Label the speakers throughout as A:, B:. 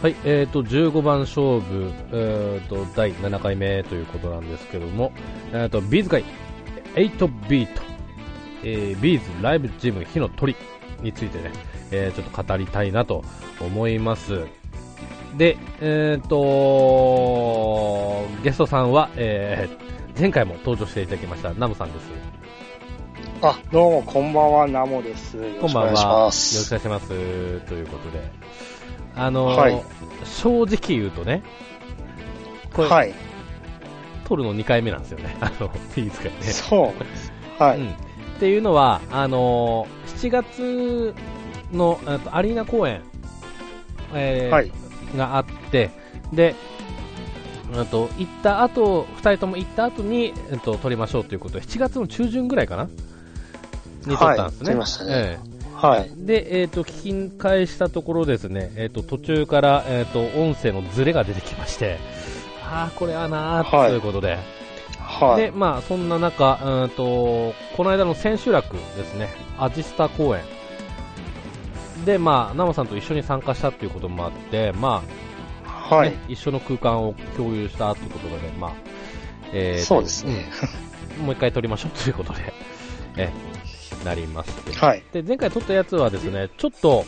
A: はい、えー、と15番勝負、えー、と第7回目ということなんですけども、えー、とビーズ会8ビート、えー、ビーズライブジム火の鳥についてね、えーちょっと語りたいなと思います。で、えー、とゲストさんは、えー前回も登場していただきましたナムさんです。
B: あ、どうも、こんばんは、ナモです。よろ
A: こ
B: し
A: ん
B: くお
A: ばんは。
B: 願
A: よ
B: い
A: ろ
B: し
A: しくお願
B: ま
A: いし
B: す。
A: ます。ということで、あのー
B: はい
A: 正直言うとね、これ、
B: はい。
A: 撮るの2回目なんですよね、 あの、いいですかね。
B: そうです。は
A: うん
B: い。
A: っていうのは、あのー7月のあとアリーナ公演、えー
B: はい。
A: があって、で、あと行った後、2人とも行った後に、えっと、撮りましょうということで、7月の中旬ぐらいかなに撮ったんですね。
B: はい撮りましたね
A: ええ
B: はい。
A: で、えっ、と、聞き返したところですね、えっ、と、途中から、えっ、と、音声のズレが出てきまして、ああ、これはなー、
B: はい
A: ということで。
B: はい
A: で、。まあ、そんな中、うんと、この間の千秋楽ですね、アジスタ公演。で、まあ、ナモさんと一緒に参加したっていうこともあって、まあ、
B: はい
A: ね。一緒の空間を共有したってことで、まあ、えと
B: そうですね。
A: もう一回撮りましょうということで、え、なりますけど
B: はい。
A: で前回撮ったやつはですねちょっと、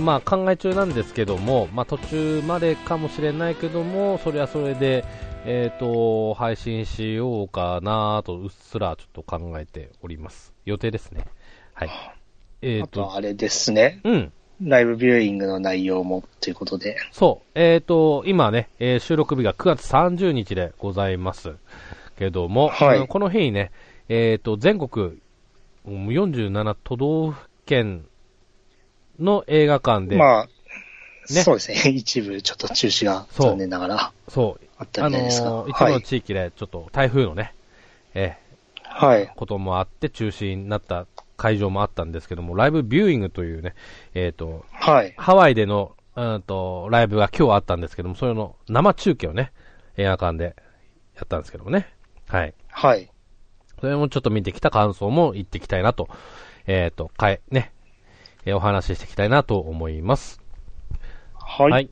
A: まあ、考え中なんですけども、まあ、途中までかもしれないけどもそれはそれで、えー、と配信しようかなとうっすらちょっと考えております予定ですねはいえっ、
B: あと、
A: と
B: あれですね。
A: うん
B: ライブビューイングの内容もっていうことで。
A: そう、えっ、と、今ね、えー収録日が9月30日でございますけども、
B: はい
A: うんこの日にね、えっ、と、全国うん47都道府県の映画館で、
B: まあ、
A: ね
B: そうですね。 一部、ちょっと中止が
A: そう
B: 残念ながら
A: そう、
B: あった
A: あ
B: ん
A: の
B: じゃないですか。
A: ー一部
B: は
A: の
B: い。
A: 地域でちょっと台風のね、え
B: はい
A: ー。こともあって中止になった会場もあったんですけども、ライブビューイングというね、えっ、と、
B: はい。
A: ハワイでの、うんと、ライブが今日あったんですけども、それの生中継をね、映画館でやったんですけどもね。はい。
B: はい。
A: それもちょっと見てきた感想も言ってきたいなと、えっ、と、かえ、ね、えーお話ししていきたいなと思います。
B: はい。はい。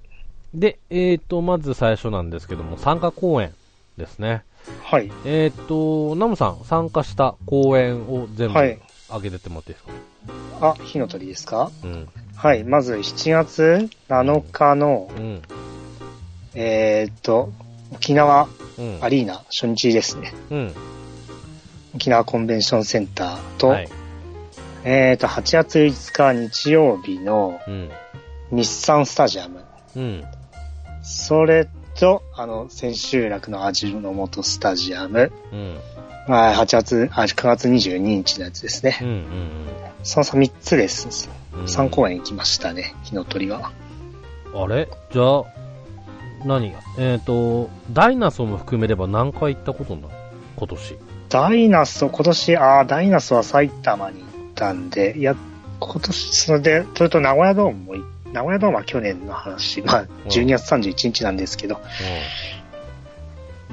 A: で、えっ、と、まず最初なんですけども、参加公演ですね。
B: はい。
A: えっ、と、ナムさん、参加した公演を全部
B: はい
A: 上げてってもらっていいですか、
B: あ、火の鳥ですか
A: うん。
B: はい。まず、7月7日の、
A: うん。
B: えーっと、沖縄
A: うん。
B: アリーナ初日ですね。
A: うん。
B: 沖縄コンベンションセンターと、
A: はい。
B: えっ、と、8月5日日曜日の
A: うん。
B: 日産スタジアム。
A: うん。
B: それと、あの、千秋楽の味の素スタジアム。
A: うん。
B: まあ、8月、あ、9月22日のやつです
A: う
B: ね。
A: ん。うん。
B: その3つです。
A: うん。
B: 3公演行きましたね、火の鳥は。
A: あれじゃあ、何がえっ、と、ダイナソーも含めれば何回行ったことになる今年。
B: ダイナソー、今年、あーダイナソーは埼玉に行ったんで、いや、今年、それで、それと名古屋ドームもい、名古屋ドームは去年の話、まあ、12月31日なんですけど、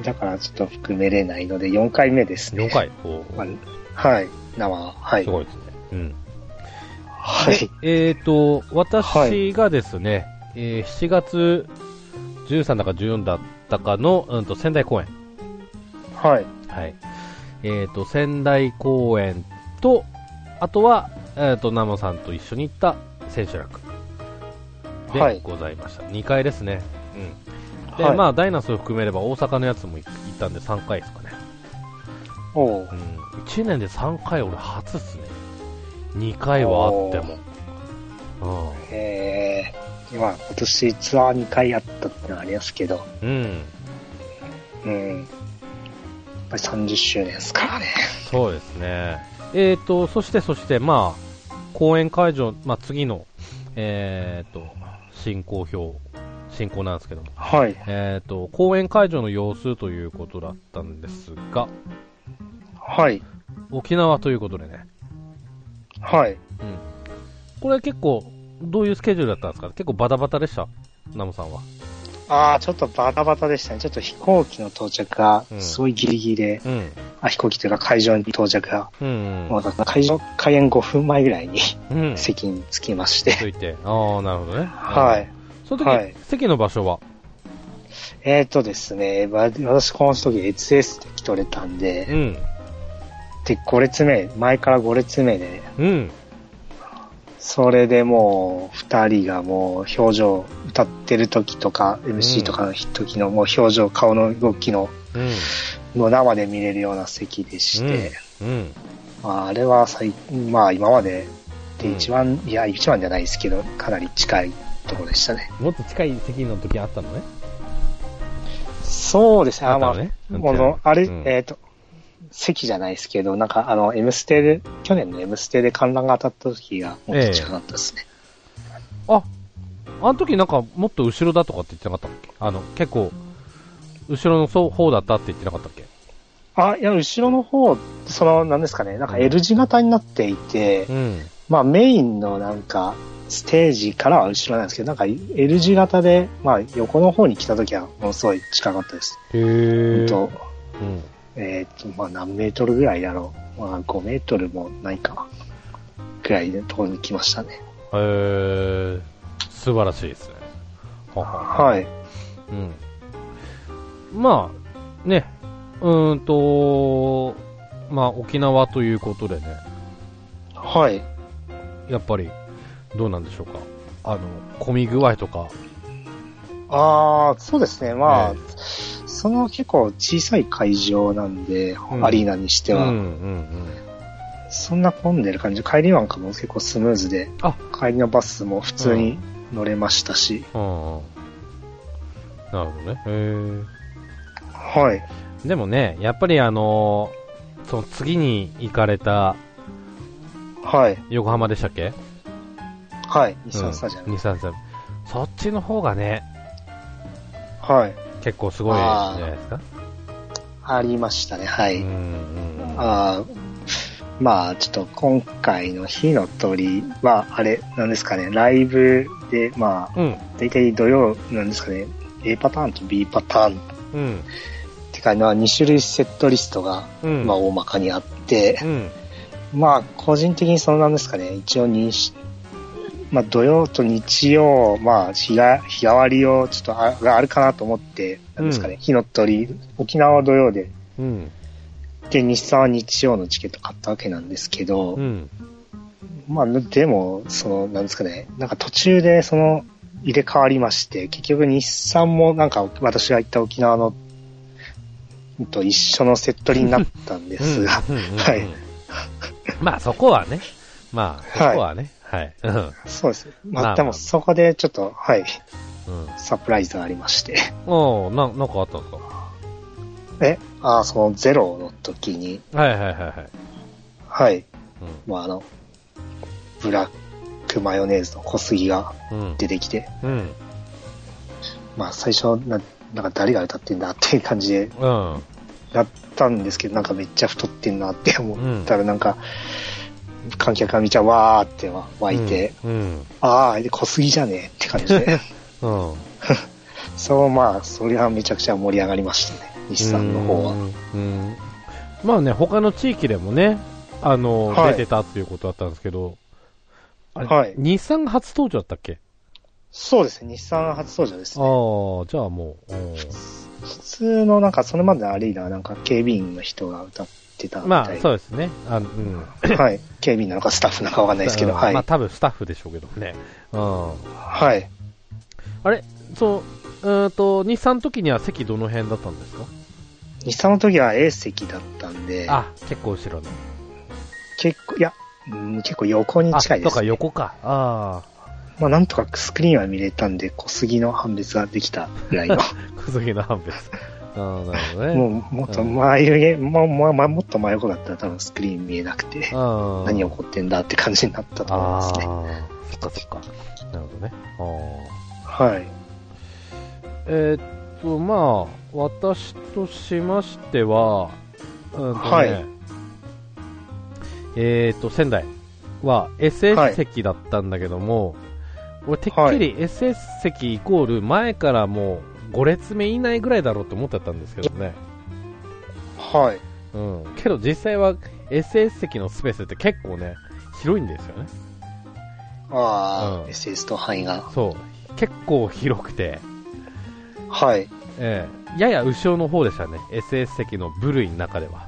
B: だからちょっと含めれないので、4回目です
A: うん。
B: ね。
A: 4回。お
B: ま
A: ー
B: あはい。生、はい。
A: すごいですね。うん。
B: はい。
A: えっ、と、私がですね、えー7月13だか14だったかの、うん、と仙台公演。
B: はい。
A: はい。えっ、と、仙台公演と、あとは、えっ、と、ナモさんと一緒に行った千秋楽
B: は
A: で
B: い
A: ございました。2回ですね。うん。で、
B: はい、
A: ま
B: あ、
A: あ、ダイナソー含めれば大阪のやつも行ったんで3回ですかね。
B: おう
A: うん。1年で3回俺初っすね。2回はあっても。
B: えー、まあ、今年ツアー2回やったってのはありますけど、
A: うん。うん。
B: うん。やっぱり30周年ですからね。
A: そうですね。えっ、と、そしてそして、まあ、公演会場、まあ次の、えっ、と、進行表、進行なんですけども。
B: はい。
A: えっ、と、公演会場の様子ということだったんですが、
B: はい。
A: 沖縄ということでね。
B: はい。
A: うん。これ結構、どういうスケジュールだったんですか結構バタバタでしたナムさんは。
B: ああ、ちょっとバタバタでしたね。ちょっと飛行機の到着が
A: う、ん
B: すごいギリギリで、
A: うん。
B: あ、飛行機というか会場に到着が、
A: うん。
B: もうだから会場開演5分前ぐらいに
A: うん。
B: 席に着きまして、
A: ついて。ああ、なるほどね。
B: はい。
A: その時、
B: はい
A: 席の場所は、
B: えっ、ー、とですね、わ私この時 SS で来とれたん
A: う
B: で、
A: ん、
B: で、5列目、前から5列目で、
A: うん、
B: それでもう、二人がもう、表情、歌ってる時とか、MC とかの時のもう表情、顔の動きの、
A: うん、
B: もう生で見れるような席でして、
A: うん、
B: まあ、あれは最、まあ今までで一番、いや、一番じゃないですけど、かなり近いところでしたね。
A: もっと近い席の時あったのね。
B: そうですね、あ
A: った
B: ま
A: の
B: あ、
A: ね。
B: この、あれ、
A: うん
B: えっ、と、席じゃないですけど、なんかあの、M ステで、去年の M ステで観覧が当たった時が、もっと近かったですね。
A: あ、あの時なんかもっと後ろだとかって言ってなかったっけあの、結構、後ろのそう方だったって言ってなかったっけ
B: あ、いや、後ろの方、その、なんですかね、なんか L 字型になっていて、
A: うん。
B: まあメインのなんか、ステージからは後ろなんですけど、なんか L 字型で、まあ横の方に来た時は、ものすごい近かったです。
A: へ
B: ほん
A: ー。
B: と、
A: うん。
B: えっ、と、まあ何メートルぐらいだろう。まあ5メートルもないかな。ぐらいのところに来ましたね。
A: えー、素晴らしいですね。はは
B: はい。
A: うん。まあ、ね、うーんと、まあ沖縄ということでね、
B: はい。
A: やっぱり、どうなんでしょうか。あの、混み具合とか、
B: ああ、そうですね。まあ、
A: え
B: その結構小さい会場なんで、
A: うん
B: アリーナにして
A: うん
B: は、
A: うんうん。
B: そんな混んでる感じ。帰りなんかも結構スムーズで
A: あ、
B: 帰りのバスも普通に乗れましたし、
A: うんうん。なるほどね。へー。
B: はい。
A: でもね、やっぱりあのーその次に行かれた
B: はい。
A: 横浜でしたっけ
B: はい。日産スタジア
A: う
B: ム。
A: ん233そっちの方がね、
B: はい。
A: 結構すごいじゃないですか。
B: ありましたね。は
A: うん
B: い。
A: うんうん。
B: あーまあ、ちょっと今回の火の鳥は、あれ、なんですかね、ライブで、まあ、
A: うん。
B: 大体土曜、なんですかね、A パターンと B パターン
A: うん。
B: ってか、まあ、2種類セットリストが、
A: うん。
B: まあ、大まかにあって
A: う、ん。
B: まあ、個人的にそのなんですかね、一応にし、まあ、土曜と日曜、まあ、日が、日替わりを、ちょっとあ、があるかなと思って、なんですかね、火の鳥、沖縄は土曜で、
A: うん。
B: で、日産は日曜のチケット買ったわけなんですけど、
A: うん。
B: まあ、でも、その、なんですかね、なんか途中で、その、入れ替わりまして、結局日産もなんか私が行った沖縄の、と一緒のセットリになったんですが、
A: うんうんうんうん
B: はい。
A: まあそこはね、まあそこはね、はい。
B: そうです。
A: ま
B: ま
A: あ
B: あ、でもそこでちょっと、はい、
A: うん。うん。
B: サプライズがありまして。
A: おーな、なんかあったんですか
B: え、あーそのゼロの時に、
A: はいはいはいはい。
B: はい、
A: う
B: まあ、あの、ブラックマヨネーズの小杉が
A: ん。うん。
B: 出てきて、
A: うん。
B: まあ、最初な、なんか誰が歌ってんだっていう感じで
A: うん。
B: なったんですけど、なんかめっちゃ太ってんなって思ったら、なんか、観客が見ちゃわーってわ湧いて、
A: うん。
B: ああ、小杉じゃねえって感じ で、
A: うん。うん
B: そう、まあ、そりゃめちゃくちゃ盛り上がりましたね、日産の方は。
A: うんうんまあね、他の地域でもね、あの、
B: はい
A: 出てたっていうことだったんですけど、あれ、
B: はい
A: 日産が初登場だったっけ
B: そうですね、日産初登場です
A: ああ
B: ね。
A: ー、じゃあもう、うん
B: 普通のなんか、それまでのアリーナはなんか警備員の人が歌ってたみ
A: ま
B: た
A: あ、
B: い
A: そうですね。あのうん。
B: はい。警備員なのかスタッフなのかわかんないですけど、
A: うん
B: はい
A: まあ。多分スタッフでしょうけどね。うん。
B: はい。
A: あれ、そう、うーんと、日産の時には席どの辺だったんですか
B: 日産の時は A 席だったんで、
A: あ、結構後ろの。
B: 結構、いや、うん結構横に
A: あ、
B: 近いで
A: と
B: す
A: か
B: ね、
A: 横か。ああ、
B: まあ、なんとかスクリーンは見れたんで、小杉の判別ができたぐらいの。
A: 小杉の判別。ああ、なるほどね。
B: もう、もっ と
A: うん
B: 前、もうもうもっと真横だったら多分スクリーン見えなくて、
A: ああ
B: 何起こってんだって感じになったと思いますね。
A: あーそっかそっか。なるほどね。あ
B: はい。
A: ーえーっと、まあ、私としましては、うんとね、
B: はい
A: えーっと、仙台は
B: はい
A: SS 席だったんだけども、俺てっきり SS 席イコール前からもう5列目以内ぐらいだろうと思ってたんですけどね。
B: はい。
A: うん。けど実際は SS 席のスペースって結構ね、広いんですよね。
B: ああ、
A: うん
B: SS と範囲が。
A: そう。結構広くて、
B: はい。
A: ええやや後ろの方でしたね、SS 席の部類の中では。。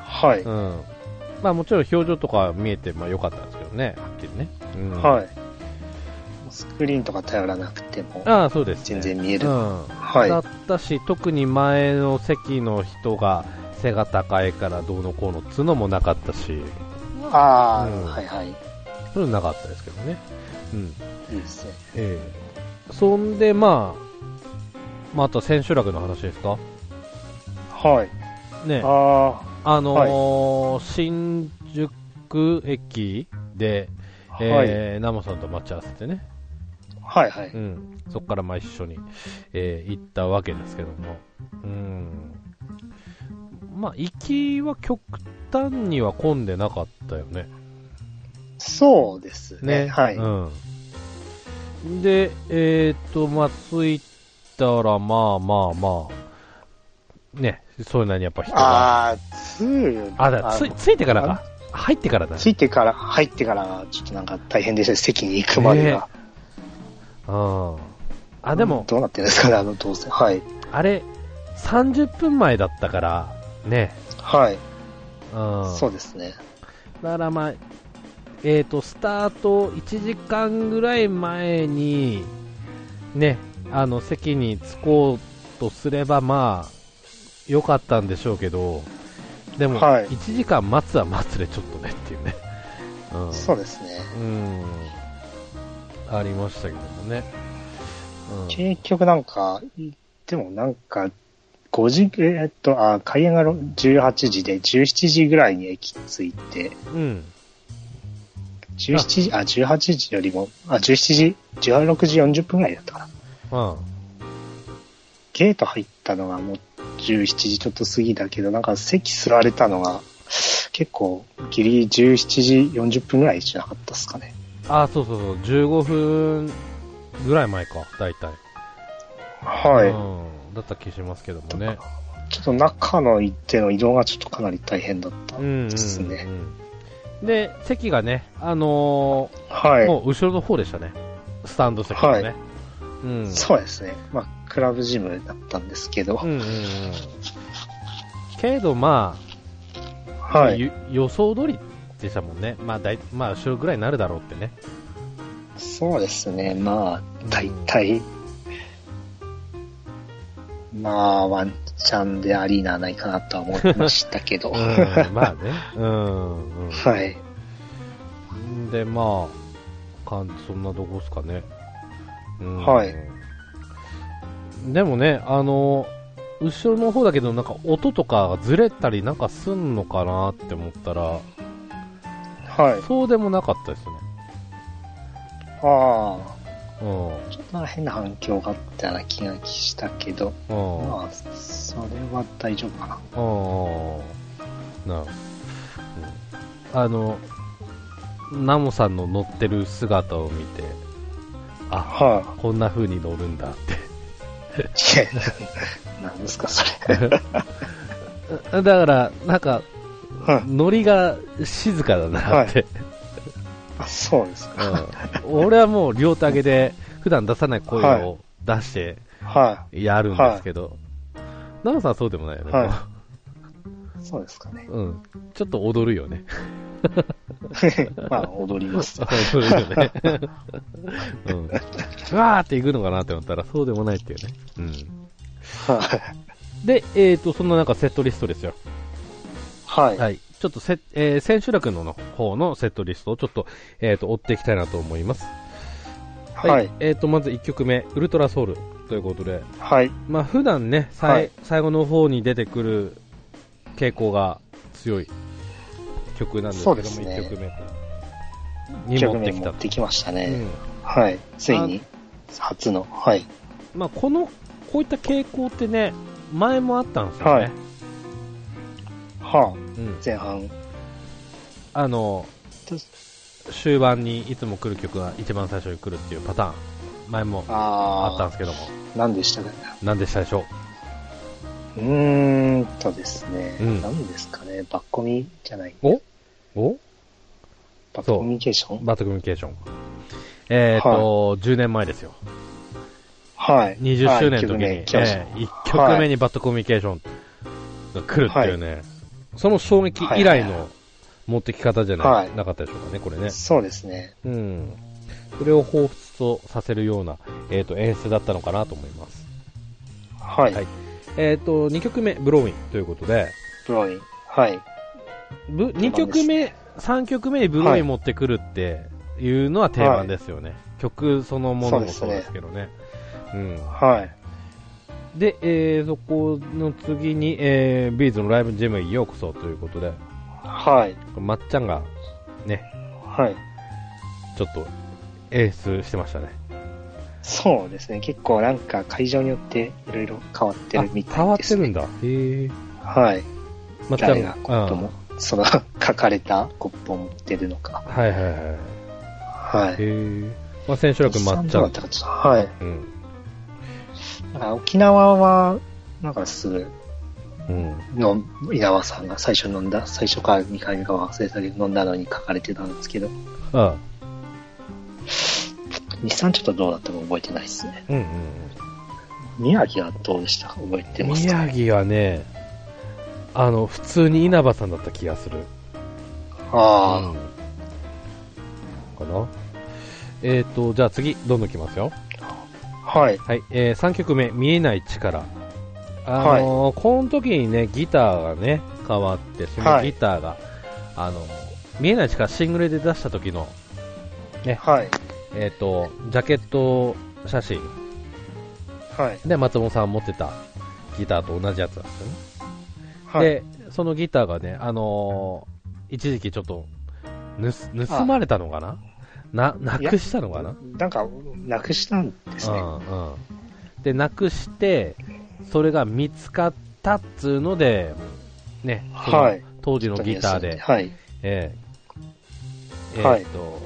B: はいう
A: ん。まあもちろん表情とか見えて、まあ良かったんですけどね、はっきりね。うん、
B: はい。スクリーンとか頼らなくても、
A: ああ、そうです、ね。
B: 全然見える。
A: うん。
B: はい
A: だ。ったし、特に前の席の人が背が高いからどうのこうのっつうのもなかったし、
B: ああ、
A: うん
B: はいはい。
A: それなかったですけどね。うん。
B: いいですね。
A: ええそんで、まあ、まあ、あと千秋楽の話ですか
B: はい。
A: ね。あ、
B: あ
A: のー新宿駅で、
B: あー、はい。
A: えー、ナモさんと待ち合わせてね。。
B: はいはいう
A: ん、そこからまあ一緒に、えー行ったわけですけども、うん、まあ、行きは極端には混んでなかったよね。
B: そうですね。
A: ね。
B: はい。
A: うん、で、えっ、と、まあ、着いたら、まあまあまあ、ね、それなりにやっぱ人が、
B: ああ、つー
A: あ、だつい、ついてからか。入ってからだね
B: つ。いてから、入ってから、ちょっとなんか大変でしたね席に行くまでが。
A: うん。あ、でも、
B: どうなってるんですかね、あの動線。はい。
A: あれ、30分前だったから、ね。
B: はい。
A: うん。
B: そうですね。
A: だからまあ、えー、とスタート1時間ぐらい前に、ね、あの席に着こうとすれば、まあ、良かったんでしょうけど、でも、
B: はい
A: 1時間待つは待つでちょっとねっていうね、うん、
B: そうですね。
A: うん、ありましたけどもね、うん、
B: 結局なんか、でもなんか、5時、えっと、あ、開演が18時で、17時ぐらいに駅着いて、
A: うん、
B: 17時、あ、18時よりも、あ、17時、16時40分ぐらいだったかな。
A: うん、
B: ゲート入ったのがもう17時ちょっと過ぎだけど、なんか席座れたのが、結構、ギリ17時40分ぐらいじゃなかったですかね。
A: あ、そうそうそう、15分ぐらい前か、大体、
B: はい。
A: うん、だった気しますけどもね。
B: ちょっと中の行っての移動がちょっとかなり大変だった
A: うんうんうん
B: ですね。
A: で、席がね、あの
B: は
A: ー
B: い。
A: もう後ろの方でしたね、スタンド席がね。
B: はい
A: うん。
B: そうですね。まあ、クラブジムだったんですけど、
A: うんうんうん。けど、まあ、
B: はい。
A: ゆ予想通りでしたもんね、まあだいまあ、後ろぐらいになるだろうってね。
B: そうですね。まあ、大体、まあ、ワンチャンでアリーナはないかなとは思いましたけど、は
A: うん、まあね。うん、
B: い。
A: うん。で、まあ、かんそんなとこっすかね。うん
B: はい。
A: でもね、あの後ろの方だけど、なんか音とかがずれたりなんかすんのかなって思ったら、
B: はい。
A: そうでもなかったですね。
B: あ
A: うん。
B: あ、ちょっと変な反響があったような気がしたけど、
A: うん。
B: まあ、それは大丈夫か
A: う
B: な。
A: ん。なるほど。うんあの、ナモさんの乗ってる姿を見て、あ、
B: は
A: こんな風に乗るんだって。
B: い。いや、なんですか、それ。
A: だから、なんか、
B: はい
A: 乗りが静かだなって。
B: あそうですか。
A: うん俺はもう両手上げで、普段出さない声
B: は
A: を出して
B: は
A: やるんですけど、ナモさんはそうでもないよね。
B: はいい。そうですか ね。
A: うん。ちょっと踊るよ ね。
B: まあ、踊ります。
A: そうですよね。うん。うわーって行くのかなって思ったら、そうでもないっていうね。うん。
B: は
A: で、えっ、と、そんな中、セットリストですよ。
B: い。
A: はい。ちょっとせ、えー、千秋楽の方のセットリストをちょっと、えっ、と、追っていきたいなと思います。
B: はい。
A: えっ、と、まず1曲目、ウルトラソウルということで、
B: はい。
A: まあ、普段ね、さい
B: はい
A: 最後の方に出てくる傾向が強い曲なんですけども、
B: そうですね
A: 1曲目に持ってき
B: 持
A: た
B: っ
A: と。
B: てきましたね。
A: うん
B: はい。ついに、初の。はい。
A: まあ、このこういった傾向ってね前もあったんですよね、
B: はいはあ、
A: うん、
B: 前半。
A: あの
B: と
A: 終盤にいつも来る曲が一番最初に来るっていうパターン前もあったん
B: あ
A: ですけども
B: あ、なんでしたかね。
A: 何でしたでしょ
B: うーんとですね。
A: うん
B: なんですかね。バッコミじゃない。
A: うおお
B: バッコミュニケーション
A: バッドコミュニケーションえっ、と、10年前ですよ。
B: はい。
A: 20周年の時に、
B: はい
A: え
B: 一曲目来ました
A: え一曲目にバッドコミュニケーションが来るっていうね、その衝撃以来の持ってき方じゃな,、
B: はい
A: なかったでしょうかね、これね。
B: そうですね。
A: うん。それを彷彿とさせるような、えっ、と、演出だったのかなと思います。
B: はい。
A: はいえっ、と、2曲目、ブローインということで、
B: ブロイン。はい。
A: ぶ2曲目、3曲目にブローイン持ってくるっていうのは定番ですよね。曲そのものもそうですけどね。うん。
B: はい。
A: で、えー、そこの次に、えー、ビーズのライブジムへようこそということで、
B: はい。
A: まっちゃんがね、
B: はい。
A: ちょっと演出してましたね。
B: そうですね。結構なんか会場によっていろいろ変わって
A: あ
B: るみた
A: 変わ
B: い
A: っ
B: です、
A: てる
B: ね。
A: んだ。へえ。
B: はい。
A: まっちゃん
B: 誰が
A: が。
B: コップも、その書かれたコップを持ってるのか
A: う。んはいはいはい。へ
B: はい。
A: え。まあ、千秋楽まっちゃ
B: だっ
A: ん。
B: たかちょっとはい。
A: うん。
B: だから沖縄は、なんかすぐ、
A: うん。
B: の、稲葉さんが最初飲んだ、最初か2回目か忘れたけど、飲んだのに書かれてたんですけど、
A: あ
B: 日産ちょっとどうだったか覚えてないですね。
A: うんうん
B: 宮城はどうでしたか覚えて
A: うん。
B: ますか
A: 宮城はね、あの、普通に稲葉さんだった気がする。
B: あ
A: うんかな。えっ、ー、と、じゃあ次、どんどんいきますよ。
B: あ、はい。
A: はい、え3曲目、見えない力。あのーこの時にね、ギターがね、変わって、その
B: はい
A: ギターが、あのー見えない力シングルで出した時の、
B: はい。
A: えっ、と、ジャケット写真
B: はい。
A: で松本さん持ってたギターと同じやつなんですよね。
B: はい。
A: で、そのギターがね、あのー一時期ちょっと、盗、盗まれたのかなな、なくしたのかな
B: なんか、なくしたんですね。
A: うんうん、でなくしてそれが見つかったっつうので、ね、その
B: はい
A: 当時のギターで、
B: はい。
A: ええ
B: はい
A: えーっと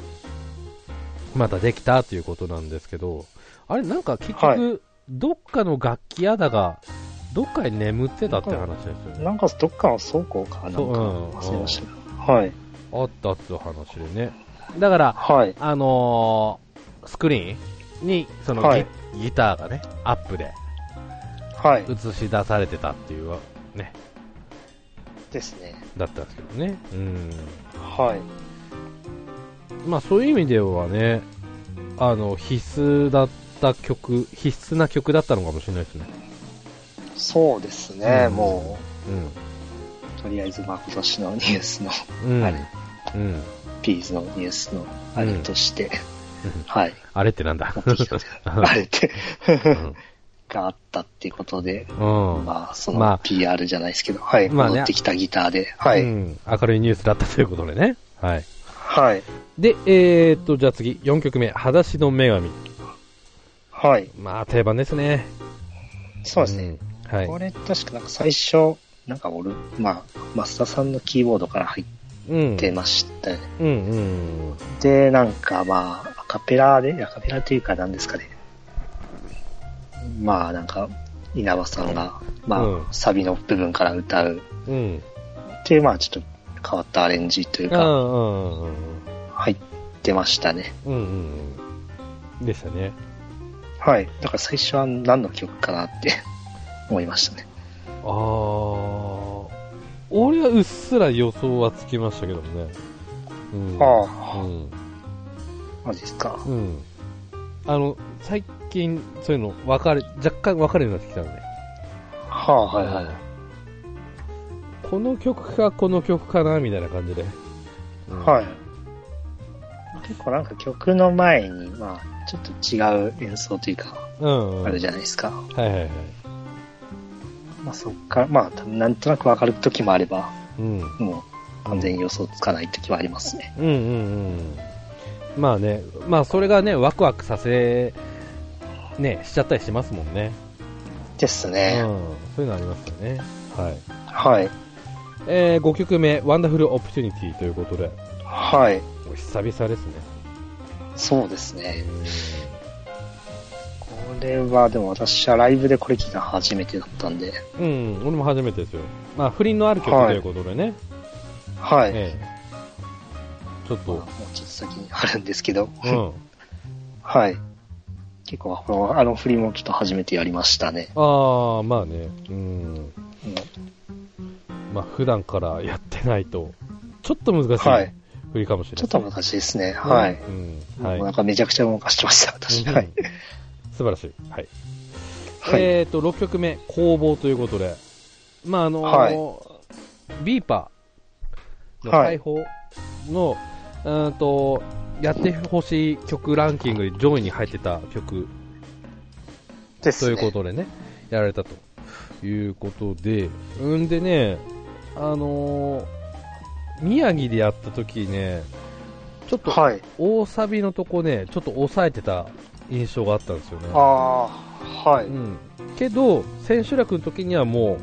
A: またできたということなんですけどあれなんか結局、
B: はい
A: どっかの楽器屋だがどっかに眠ってたって話ですよね
B: なんか、どっかの倉庫かなんか
A: そううん
B: 忘れましたけど。はい。
A: あったっつう話でねだから
B: はい。
A: あのースクリーンにそのギ,、
B: はい
A: ギターがねアップで
B: はい。
A: 映し出されてたっていうわね
B: ですね。
A: だったんですけどね、うん
B: はい。
A: まあ、そういう意味ではねあの必須だった曲必須な曲だったのかもしれないですね、
B: そうですね。
A: うん
B: もう、とりあえず、まあ、今年のニュースの、
A: うんうん
B: あれ、
A: うん、
B: ピーズのニュースのあれとして、 はい。
A: あれってなんだ、
B: 持ってきたというかあれって、
A: うん
B: があったっていうことで、
A: うん
B: まあ、そ
A: まあ
B: の PR じゃないですけど、はい。
A: まあね
B: 戻ってきたギターで、は
A: う
B: い。
A: ん、明るいニュースだったということでね、はい、
B: はい。
A: で、えー、っとじゃあ次4曲目「裸足の女神
B: はい」。
A: まあ定番ですね
B: そうですね。、
A: うんはい
B: これ確かなんか最初、なんか俺、まあ、増田さんのキーボードから入
A: うん
B: ってましたよね。
A: うんうん
B: で、なんかまあ、アカペラで、アカペラというか何ですかね。まあなんか、稲葉さんが、まあ、
A: うん
B: サビの部分から歌う。
A: うん
B: で、まあちょっと変わったアレンジという
A: うんう
B: か、
A: んうんうん
B: 入ってましたね。
A: うんうんうん。でしたね。
B: はい。だから最初は何の曲かなって思いましたね。
A: あー、俺はうっすら予想はつきましたけどね。うん。
B: ああ
A: うん。
B: マジですか。
A: うん。あの、最近、そういうの、分かれ、若干分かるようになってきたのね。
B: はあ、はいはい。
A: この曲か、この曲かな、みたいな感じで。うん
B: はい。。結構なんか曲の前に、まあ、ちょっと違う演奏というか、
A: うん、うん。
B: あるじ
A: ゃ
B: ゃないですか。
A: はいはいはい。
B: まあそっから、まあ多分なんとなくわかる時もあれば、
A: うん。うん
B: もう完全に予想つかない時はありますね。
A: うんうん。まあね、まあそれがね、ワクワクさせ、ね、しちゃったりしますもんね。
B: です
A: う
B: ね。
A: ん、そういうのありますよね。はい。
B: はい。
A: えー、5曲目、ワンダフルオプチュニティということで、
B: はい。
A: もう久々ですね。
B: そうですね。
A: う
B: これは、でも私はライブでこれ聞いたの初めてだったんで。
A: ん、うん俺も初めてですよ。まあ、不倫のある曲
B: はい
A: ということでね、
B: はい。
A: ええちょっ
B: もう
A: と、
B: ちょっと先にあるんですけど、
A: うん、
B: はい。結構、このあの振りもちょっと初めてやりましたね。
A: ああ、まあね。うん。
B: うん
A: まあ、普段からやってないと、ちょっと難し
B: はいい。
A: 振りかもしれ
B: ち
A: な
B: ょ
A: い。
B: っと難しいですね。はい。
A: うん。
B: も
A: は
B: う
A: い。
B: なんかめちゃくちゃ動かしてました、私。は
A: う
B: い
A: ん。素晴らしい。はい。
B: はい。
A: えっ、と、6曲目、工房ということで、まあ、あのビーパーの解放の、うーんと、やってほしい曲ランキングで上位に入ってた曲
B: で
A: と
B: す
A: い
B: ね
A: うことでね、やられたということで、うんでね、あのー宮城でやった時ね、ちょっと
B: はい。
A: 大サビのとこね、ちょっと抑えてた印象があったんですよね。。
B: ああ、はいう
A: ん、けど、千秋楽の時にはもう、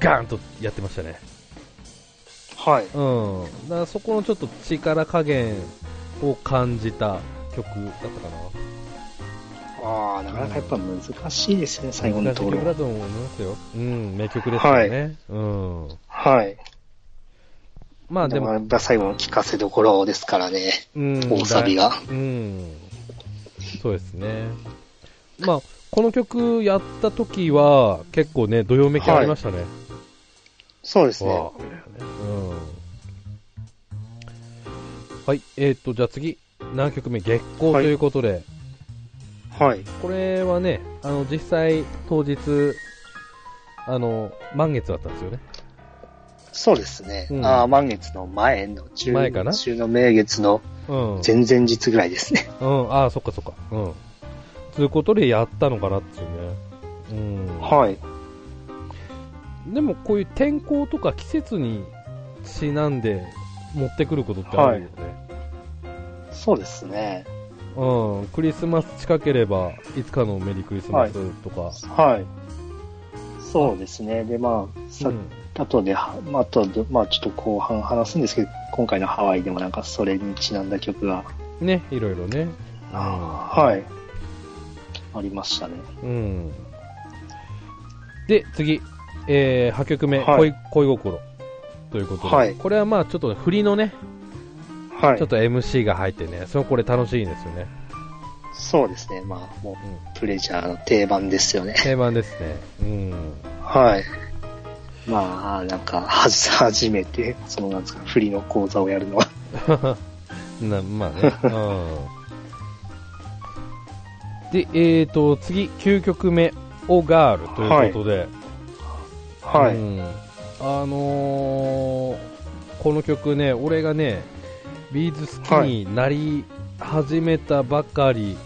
A: ガーンとやってましたね。
B: は
A: う
B: い。
A: ん。だからそこのちょっと力加減を感じた曲だったか
B: ああ、なかなかやっぱ難しいですね、最後
A: な。
B: の
A: 難し
B: と
A: い
B: ころ
A: 曲だ。と思いますよ。うん、名曲ですよね。うん。
B: はい。
A: まあ
B: で
A: で
B: も
A: も、
B: やっぱ最後の聞かせどころですからね。
A: うん。
B: 大サビが。
A: うん。そうですね。まあ、この曲やった時は、結構ね、どよめきありましたね。
B: そうですね
A: わ。あうんはい、えっ、と、じゃあ次、何曲目、月光ということで、
B: はい。
A: これはね、あの、実際、当日、あの、満月だったんですよね。
B: そうですね。
A: うん
B: ああ、満月の前の中、
A: 前かな
B: 中の明月の
A: うん。う
B: 前々日ぐらいですね。
A: ん、ああ、そっかそっか。うん。ということで、やったのかなっていうね。うん。
B: はい。
A: でも、こういう天候とか季節にちなんで持ってくることってあるよね。
B: そうですね。
A: うん、クリスマス近ければ、いつかのメリークリスマスとか、
B: はい。そうですね。で、まあ、さ
A: うん
B: 後では、まあ、後で、まあ、ちょっと後半話すんですけど、今回のハワイでもなんかそれにちなんだ曲が、
A: ね、いろいろね。
B: はい。ありましたね。
A: うん。で、次、えー、8曲目、
B: はい
A: 恋恋心。ということで、
B: はい
A: これはまあちょっと振りのね、
B: は
A: ちょっと MC が入ってね、そのこれ楽しいんですよね。
B: そうですね。まあ、も
A: うん
B: う、プレジャーの定番ですよね。
A: 定番ですね。うん。
B: はい。 まあ、なんか、はじ、初めて、その、なんですか、振りの講座をやるのは。
A: なまあね。うん。で、えーと、次、9曲目、オガールということで、う。んあのーこの曲ね、俺がね、ビーズ好きになり始めたばかり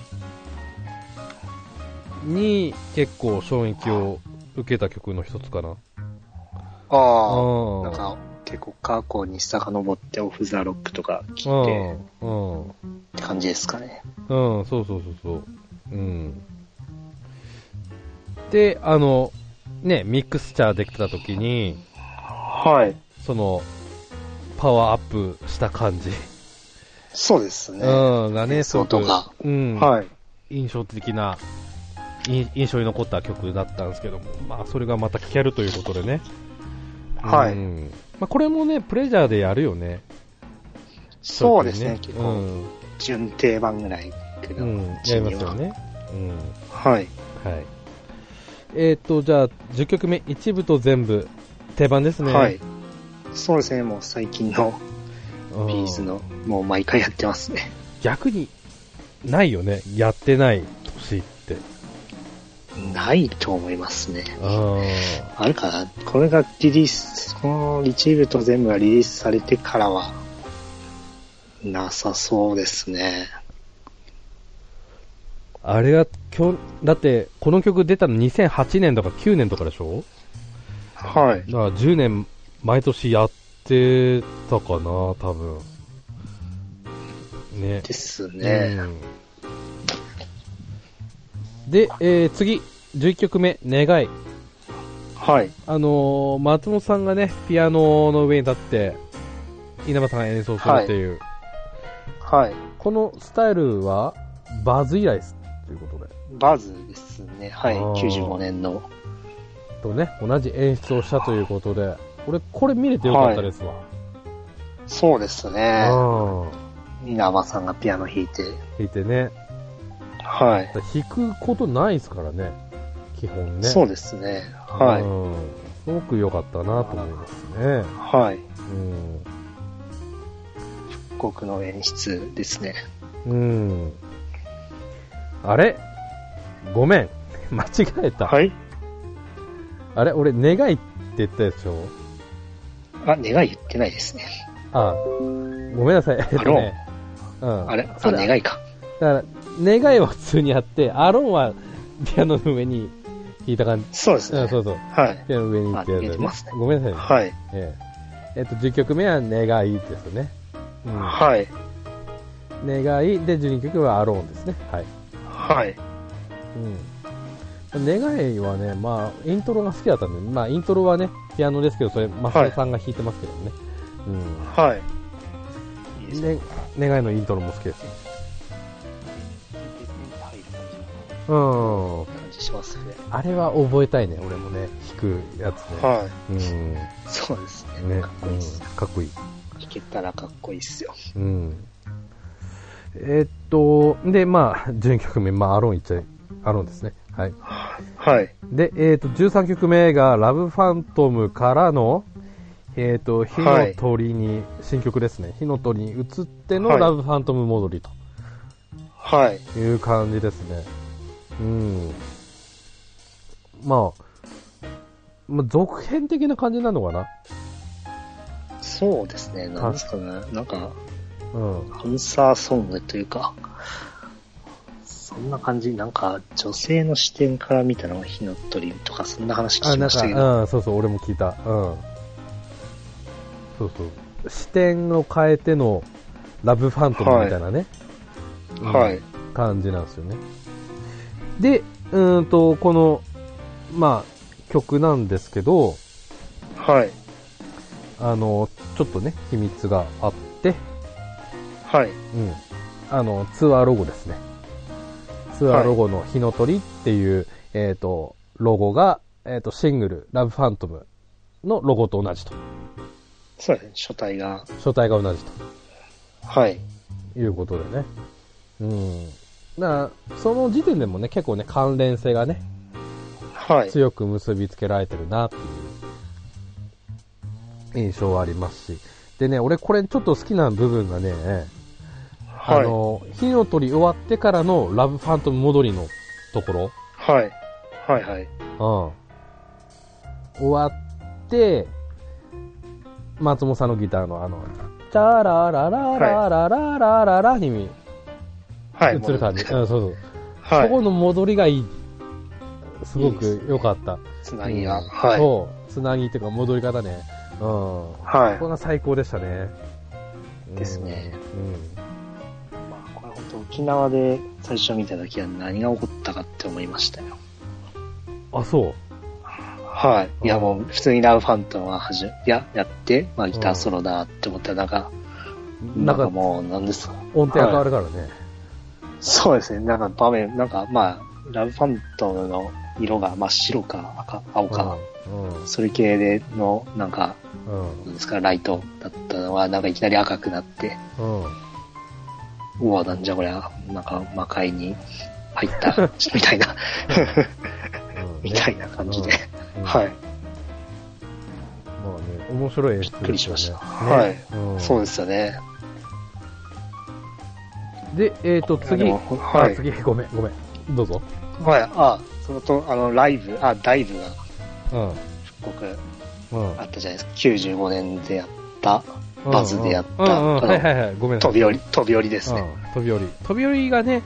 A: に結構衝撃を受けた曲の一つかな。
B: ああ。
A: うん
B: なんか、結構過去に遡ってオフザロックとか
A: う
B: 聞いて
A: ん、うん、
B: って感じですかね。
A: うん、そうそうそうそう。うん。で、あの、ね、ミクスチャーできた時に、
B: はい。
A: その、パワーアップした感じ。
B: そうですね。
A: うん、がね、
B: 演
A: すごく、
B: 奏と
A: う
B: か
A: ん、
B: はい。
A: 印象的な、い印象に残った曲だったんですけども、まあ、それがまた聴けるということでね。
B: は
A: う
B: い。
A: んまあ、これもね、プレジャーでやるよね。
B: そうですね。
A: 時
B: 結
A: 々
B: 構、準定番ぐらいけ
A: う
B: ど。
A: ん、うん、やりますよね。うん。
B: はい。
A: はい。えっ、と、じゃあ、10曲目、一部と全部、定番ですね。
B: はい。そうですね。もう最近の
A: うん。
B: ビーズの、もう毎回やってますね。
A: 逆に、ないよね。やってない年って。
B: ないと思いますね。
A: う
B: あるかなこれがリリース、この一部と全部がリリースされてからは、なさそうですね。
A: ん。あれが、今日、だって、この曲出たの2008年とか9年とかでしょ
B: はい。
A: だから10年毎年やってたかな、多分。ね。
B: ですね。
A: うんで、えー次、11曲目、願い。
B: はい。
A: あのー松本さんがね、ピアノの上に立って、稲葉さんが演奏するっていう、
B: はい。
A: このスタイルは、バズ以来です、ということで。
B: バズですね。はい。
A: あー
B: 95年の。
A: とね、同じ演出をしたということで、俺、これ見れてよかったですわ。
B: そうですね。
A: うん。
B: 稲葉さんがピアノ弾いて。
A: いてね。
B: はい。
A: 引くことないですからね、基本ね。
B: そう
A: で
B: ですね。は
A: すごく良かったなと思いますね
B: い。。はい。
A: うん
B: 国の演出ですね。
A: うん。あれごめん。 間違えた。
B: はい。
A: あれ俺、願いって言ったでしょ
B: あ、願い言ってないですね。
A: あごめんなさい。えっとね。うん。
B: あれあ、
A: それ
B: 願いか。
A: だから、願いは普通にあって、アロンはピアノの上に弾いた感じ。
B: そうです
A: うん、
B: ね。
A: そうそう。
B: はい。
A: ピアノの上にってやつだ
B: あ
A: よ
B: 出てますね
A: ごめんなさいね。
B: はい。
A: えええっと、10曲目は願いですね。うん。
B: はい。
A: 願い。で、12曲はアローンですね。はい。
B: はい。
A: うん。願いはね、まあ、イントロが好きだったんで、まあ、イントロはね、ピアノですけど、それ、マサさんが弾いてますけどね。
B: はい。
A: う
B: いい
A: ん。
B: ですね。
A: ね、願いのイントロも好きです。
B: 入る
A: うん。
B: 感じしますね。
A: あれは覚えたいね、俺もね、弾くやつね。
B: は
A: うん。
B: い。そうですね。
A: ね、
B: かっこいいです。
A: うんかっこいい。
B: 弾けたらかっこいいっすよ。
A: うん。えーっと、で、まあ、12曲目、まあ、アローンいっちゃい、アローンですね。はい。
B: はい。
A: で、えーっと、13曲目が、ラブファントムからの、えーっと、火の鳥に、新曲ですね。火の鳥に移っての
B: はい
A: ラブファントム戻り
B: はい。
A: という感じですね。うん。まあ、まあ、続編的な感じなのかな
B: そうですね。なんですかね。なんか、
A: うん。
B: アンサーソングというか、そんな感じ、なんか、女性の視点から見たのが火の鳥とか、そんな話聞
A: あ
B: き
A: なん
B: ましたけど、
A: か、うん、そうそう、俺も聞いた。うん。そうそう。視点を変えてのラブファントムみたいなね、うん
B: はい。
A: 感じなんですよね。で、うーんと、この、まあ、曲なんですけど、
B: はい。
A: あの、ちょっとね、秘密があって、
B: はい。
A: うん。あの、ツアーロゴですね。ツアーロゴの火の鳥っていう、えっ、と、ロゴが、えっ、と、シングル、ラブファントムのロゴと同じと。
B: そうですね。書体が、
A: 書体が同じ
B: はい。
A: ということでね。うん。だからその時点でもね、結構ね、関連性がね、
B: はい。
A: 強く結びつけられてるなっていう印象はありますし。でね、俺これちょっと好きな部分がね、あ
B: はい。
A: の、火の鳥終わってからのラブファントム戻りのところ、
B: はい。はい。はい。
A: うん。終わって、松本さんのギターのあの、チャラララララララララに映
B: はい。
A: る感じ。うん、そうそう。
B: は
A: そこ
B: い。
A: の戻りがいい。すご
B: いいです
A: く
B: ね
A: 良かった。
B: つなぎが、
A: うん
B: はい。
A: そう。つなぎっていうか戻り方ね。うん。ここ
B: は
A: が最高でしたね。
B: い。ですね。
A: うん。
B: まあ、これ本当沖縄で最初見た時は何が起こったかって思いましたよ。
A: うん。あ、そう。
B: はい。いや、
A: うん
B: もう普通にラブファントムははじめ、いや、やって、まあギターソロだって思ったら、なんか、
A: なか
B: なんんかもう、なんですか。
A: 音程が変わるからね。
B: そうですね。なんか場面、なんかまあ、ラブファントムの色が真っ白か赤、青か、
A: うん。うん。
B: それ系での、なんか、
A: うん
B: なんですか、ライトだったのが、なんかいきなり赤くなって、
A: うん。
B: うわ、なんじゃこりゃ、なんか魔界に入った、 みたいな、
A: うん
B: みたいな感じで。
A: うん
B: はい。
A: まあね、面白い演出ですよね、
B: びっくりしました
A: ねうん
B: そうですよね。
A: で、えっ、と、次。
B: でもは
A: あ
B: い。
A: 次、ごめん、ごめん。どうぞ。
B: はい。あ、そのと、あの、ライブ、あ、ダイブが
A: うん。
B: 復刻
A: うん
B: あ。ったじゃないですか。95年でやった、
A: うん
B: バズでやった
A: うんうん
B: この
A: はいはいはい。ごめんなさい。
B: 飛び降り、飛び降りで
A: です
B: ね。
A: 飛び降り。飛び降りがね、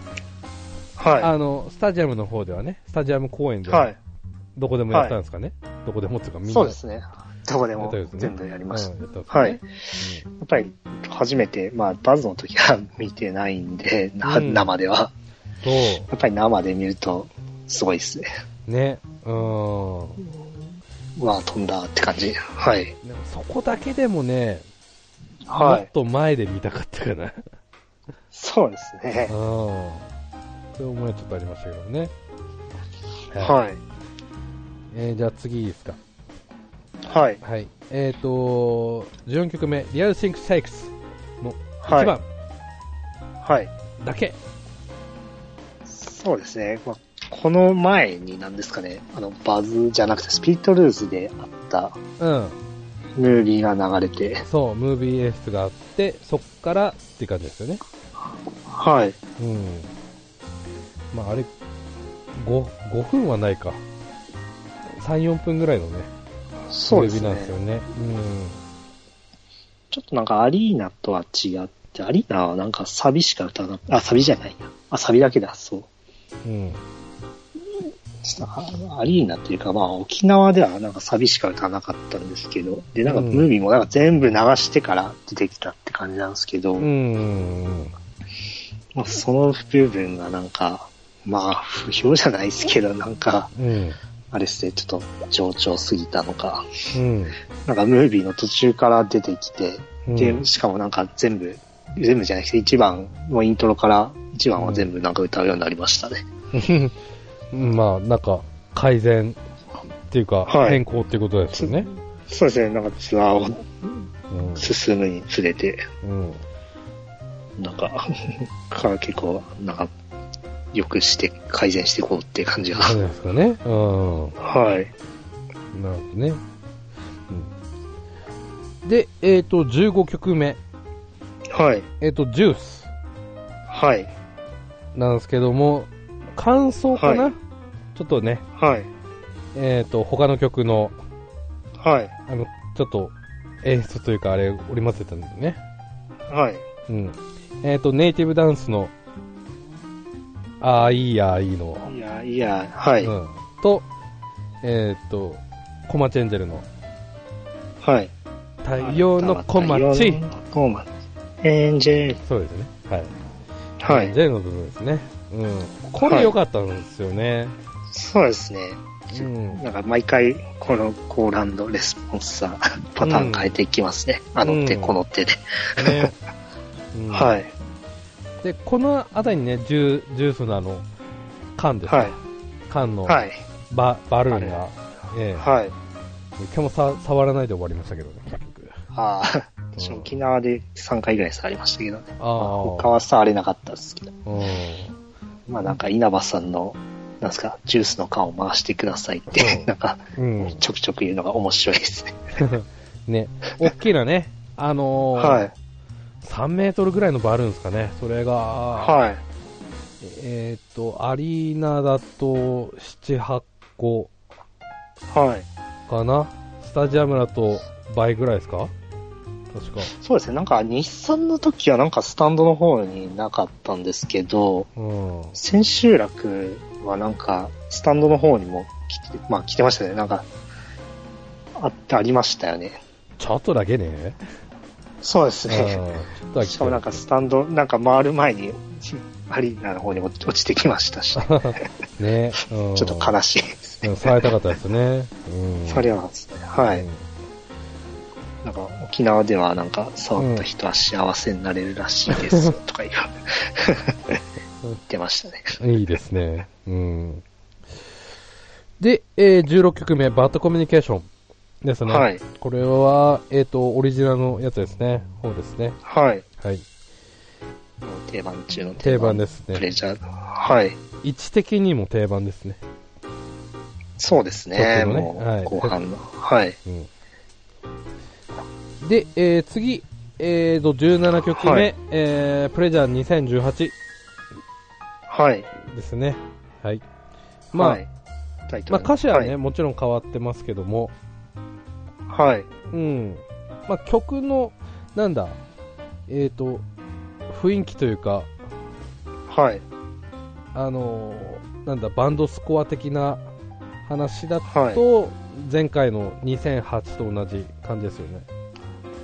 B: は
A: あの、スタジアムの方ではね、スタジアム公演
B: い。
A: で、
B: はい。
A: どこでもやったんですかね。どこでもっていうか、みんな。
B: そうですね。どこで
A: やっ
B: も
A: たですね
B: 全部やりました。
A: うん
B: や
A: やったんです
B: はい
A: ね。
B: っぱり初めて、まあバズの時は見てないんで、な
A: うん
B: 生では。
A: はい。そ
B: やっぱり生で見るとすごいですね。
A: う。ね。うん。
B: うわあ、飛んだって感じ。はい。
A: でもそこだけでもね、も
B: は
A: っ
B: い。
A: と前で見たかったかな。
B: そうです
A: う
B: ね。
A: ん。そういう思いはちょっとありましたけどね。
B: はい。
A: えーじゃあ次いいですか。
B: はい。
A: はい。えっ、と、14曲目、リアルシンクシェイクスの
B: は
A: 1
B: い。
A: 番
B: はい。
A: だけ。
B: そうですね。まあ、この前に何ですかね、あの、バズじゃなくてスピリットルーズであった
A: うん。
B: ムービーが流れて、
A: そう、ムービー演出があって、そっからっていう感じですよね。
B: はい。
A: うん。まあ、あれ、5、5分はないか。3、4分ぐらいのね、
B: そうです
A: ムービーなんですよ
B: ね。
A: ね。うん。
B: ちょっとなんかアリーナとは違って、アリーナはなんかサビしか歌わなくあ、サビじゃないな。あ、サビだけだ、そう。
A: うん。
B: ちょっとあアリーナっていうか、まあ、沖縄ではなんかサビしか歌わなかったんですけど、で、なんか
A: うん
B: ムービーもなんか全部流してから出てきたって感じなんですけど、
A: うん。
B: まあ、その部分がなんか、まあ、不評じゃないですけど、なんか、
A: うん。
B: あれっすね、ちょっと冗長すぎたのか、
A: うん。
B: なんかムービーの途中から出てきて、
A: うん
B: で、しかもなんか全部、全部じゃなくて1番のイントロから1番は全部なんか歌うようになりましたね。
A: まあ、なんか、改善っていうか、
B: はい
A: 変更っていうことですよね。
B: そうですね、なんかツアー
A: う
B: を
A: ん
B: 進むにつれて、
A: うん。
B: なんか、か結構、なんか、良くして、改善していこうっていう感じが。
A: そうですかね。うん。
B: はい。
A: なるほどね。うん、で、えっ、と、15曲目。
B: はい。
A: えっ、と、ジュース
B: はい。
A: なんですけども、感想かな、
B: はい
A: ちょっとね、
B: はい。
A: えっ、と、他の曲の、
B: はい。
A: あの、ちょっと、演出というか、あれ、織り交ぜたんだよね。
B: はい。
A: うん。えっ、と、ネイティブダンスの、あーいいやーいいの。
B: いや、いや、はい。
A: うん、と、えーっと、コマチェンジェルの
B: はい。
A: 太陽のコマ
B: 太陽
A: チ。
B: のコマチ。エンジェル。
A: そうですね。はい。
B: は
A: チェン
B: い
A: ジ。ェルの部分ですね。うん。これ良かったんですよね。
B: そうですね。
A: うん。
B: なんか毎回、このコーランドレスポンサー、パターン変えていきますね。あの手、
A: うん
B: この手で。
A: ね。うん、。
B: はいい。
A: で、このあたりにね、ジュジュースのあの、缶ですね。
B: はい。
A: 缶の
B: はい。
A: バ,、バルーン
B: あ
A: が、ええ
B: はい。
A: 一回もさ触らないで終わりましたけどね、結局。
B: ああ、私沖縄で3回ぐらい触りましたけどね。
A: あ
B: 他
A: あ。
B: は触れなかったですけど。
A: うん。
B: まあなんか稲葉さんの、なんすか、ジュースの缶を回してくださいっ
A: う
B: て、
A: ん
B: なんか、
A: うん。
B: ちょくちょく言うのが面白いですね。
A: ね。大きなね、あのー
B: はい。
A: 3メートルぐらいのバルーンですかね、それが、
B: はい。
A: えーっ、と、アリーナだと7、8個
B: はい。
A: かな、スタジアムだと倍ぐらいですか、確か。
B: そうですね。なんか日産の時はなんかスタンドの方になかったんですけど、
A: うん、
B: 千秋楽はなんかスタンドの方にも来て、まあ来てましたね。なんか、あってありましたよね。
A: ちょっとだけね、
B: そうです
A: うん、
B: ね。
A: ちょっとだけ
B: しかもなんかスタンド、なんか回る前に、アリーナの方にも落ちてきましたし、ちょっ
A: ね、うん、
B: と悲しいですね。
A: うん触れたかったですね、うん、
B: それはですね。はい。
A: うん
B: なんか沖縄ではなんか触った人は幸せになれるらしいですよとか言わ言ってましたね。
A: いいですね、うん、で、えー16曲目、バッドコミュニケーションですね、
B: はい。
A: これは、えーっ、と、オリジナルのやつですね、方ですね、
B: はい。
A: はい。
B: もう定番中の。
A: 定番ですす
B: プレ
A: ね。
B: ジャー。はい。
A: 位置的にも定番ですね。
B: そうですね。
A: 特にねは
B: も
A: いう
B: 後半の。はい。
A: うん、で、えー次、えーと、17曲目、
B: はい
A: えープレジャー2018
B: はい。
A: ですね。はい。まあ、
B: はい、タイト
A: まあ
B: ル
A: 歌詞はね、、もちろん変わってますけども、
B: はい。はい。
A: うん。まあ曲の、なんだ、えーと、雰囲気というか、
B: はい。
A: あのーなんだ、バンドスコア的な話だ
B: はい
A: と、前回の2008と同じ感じですよね。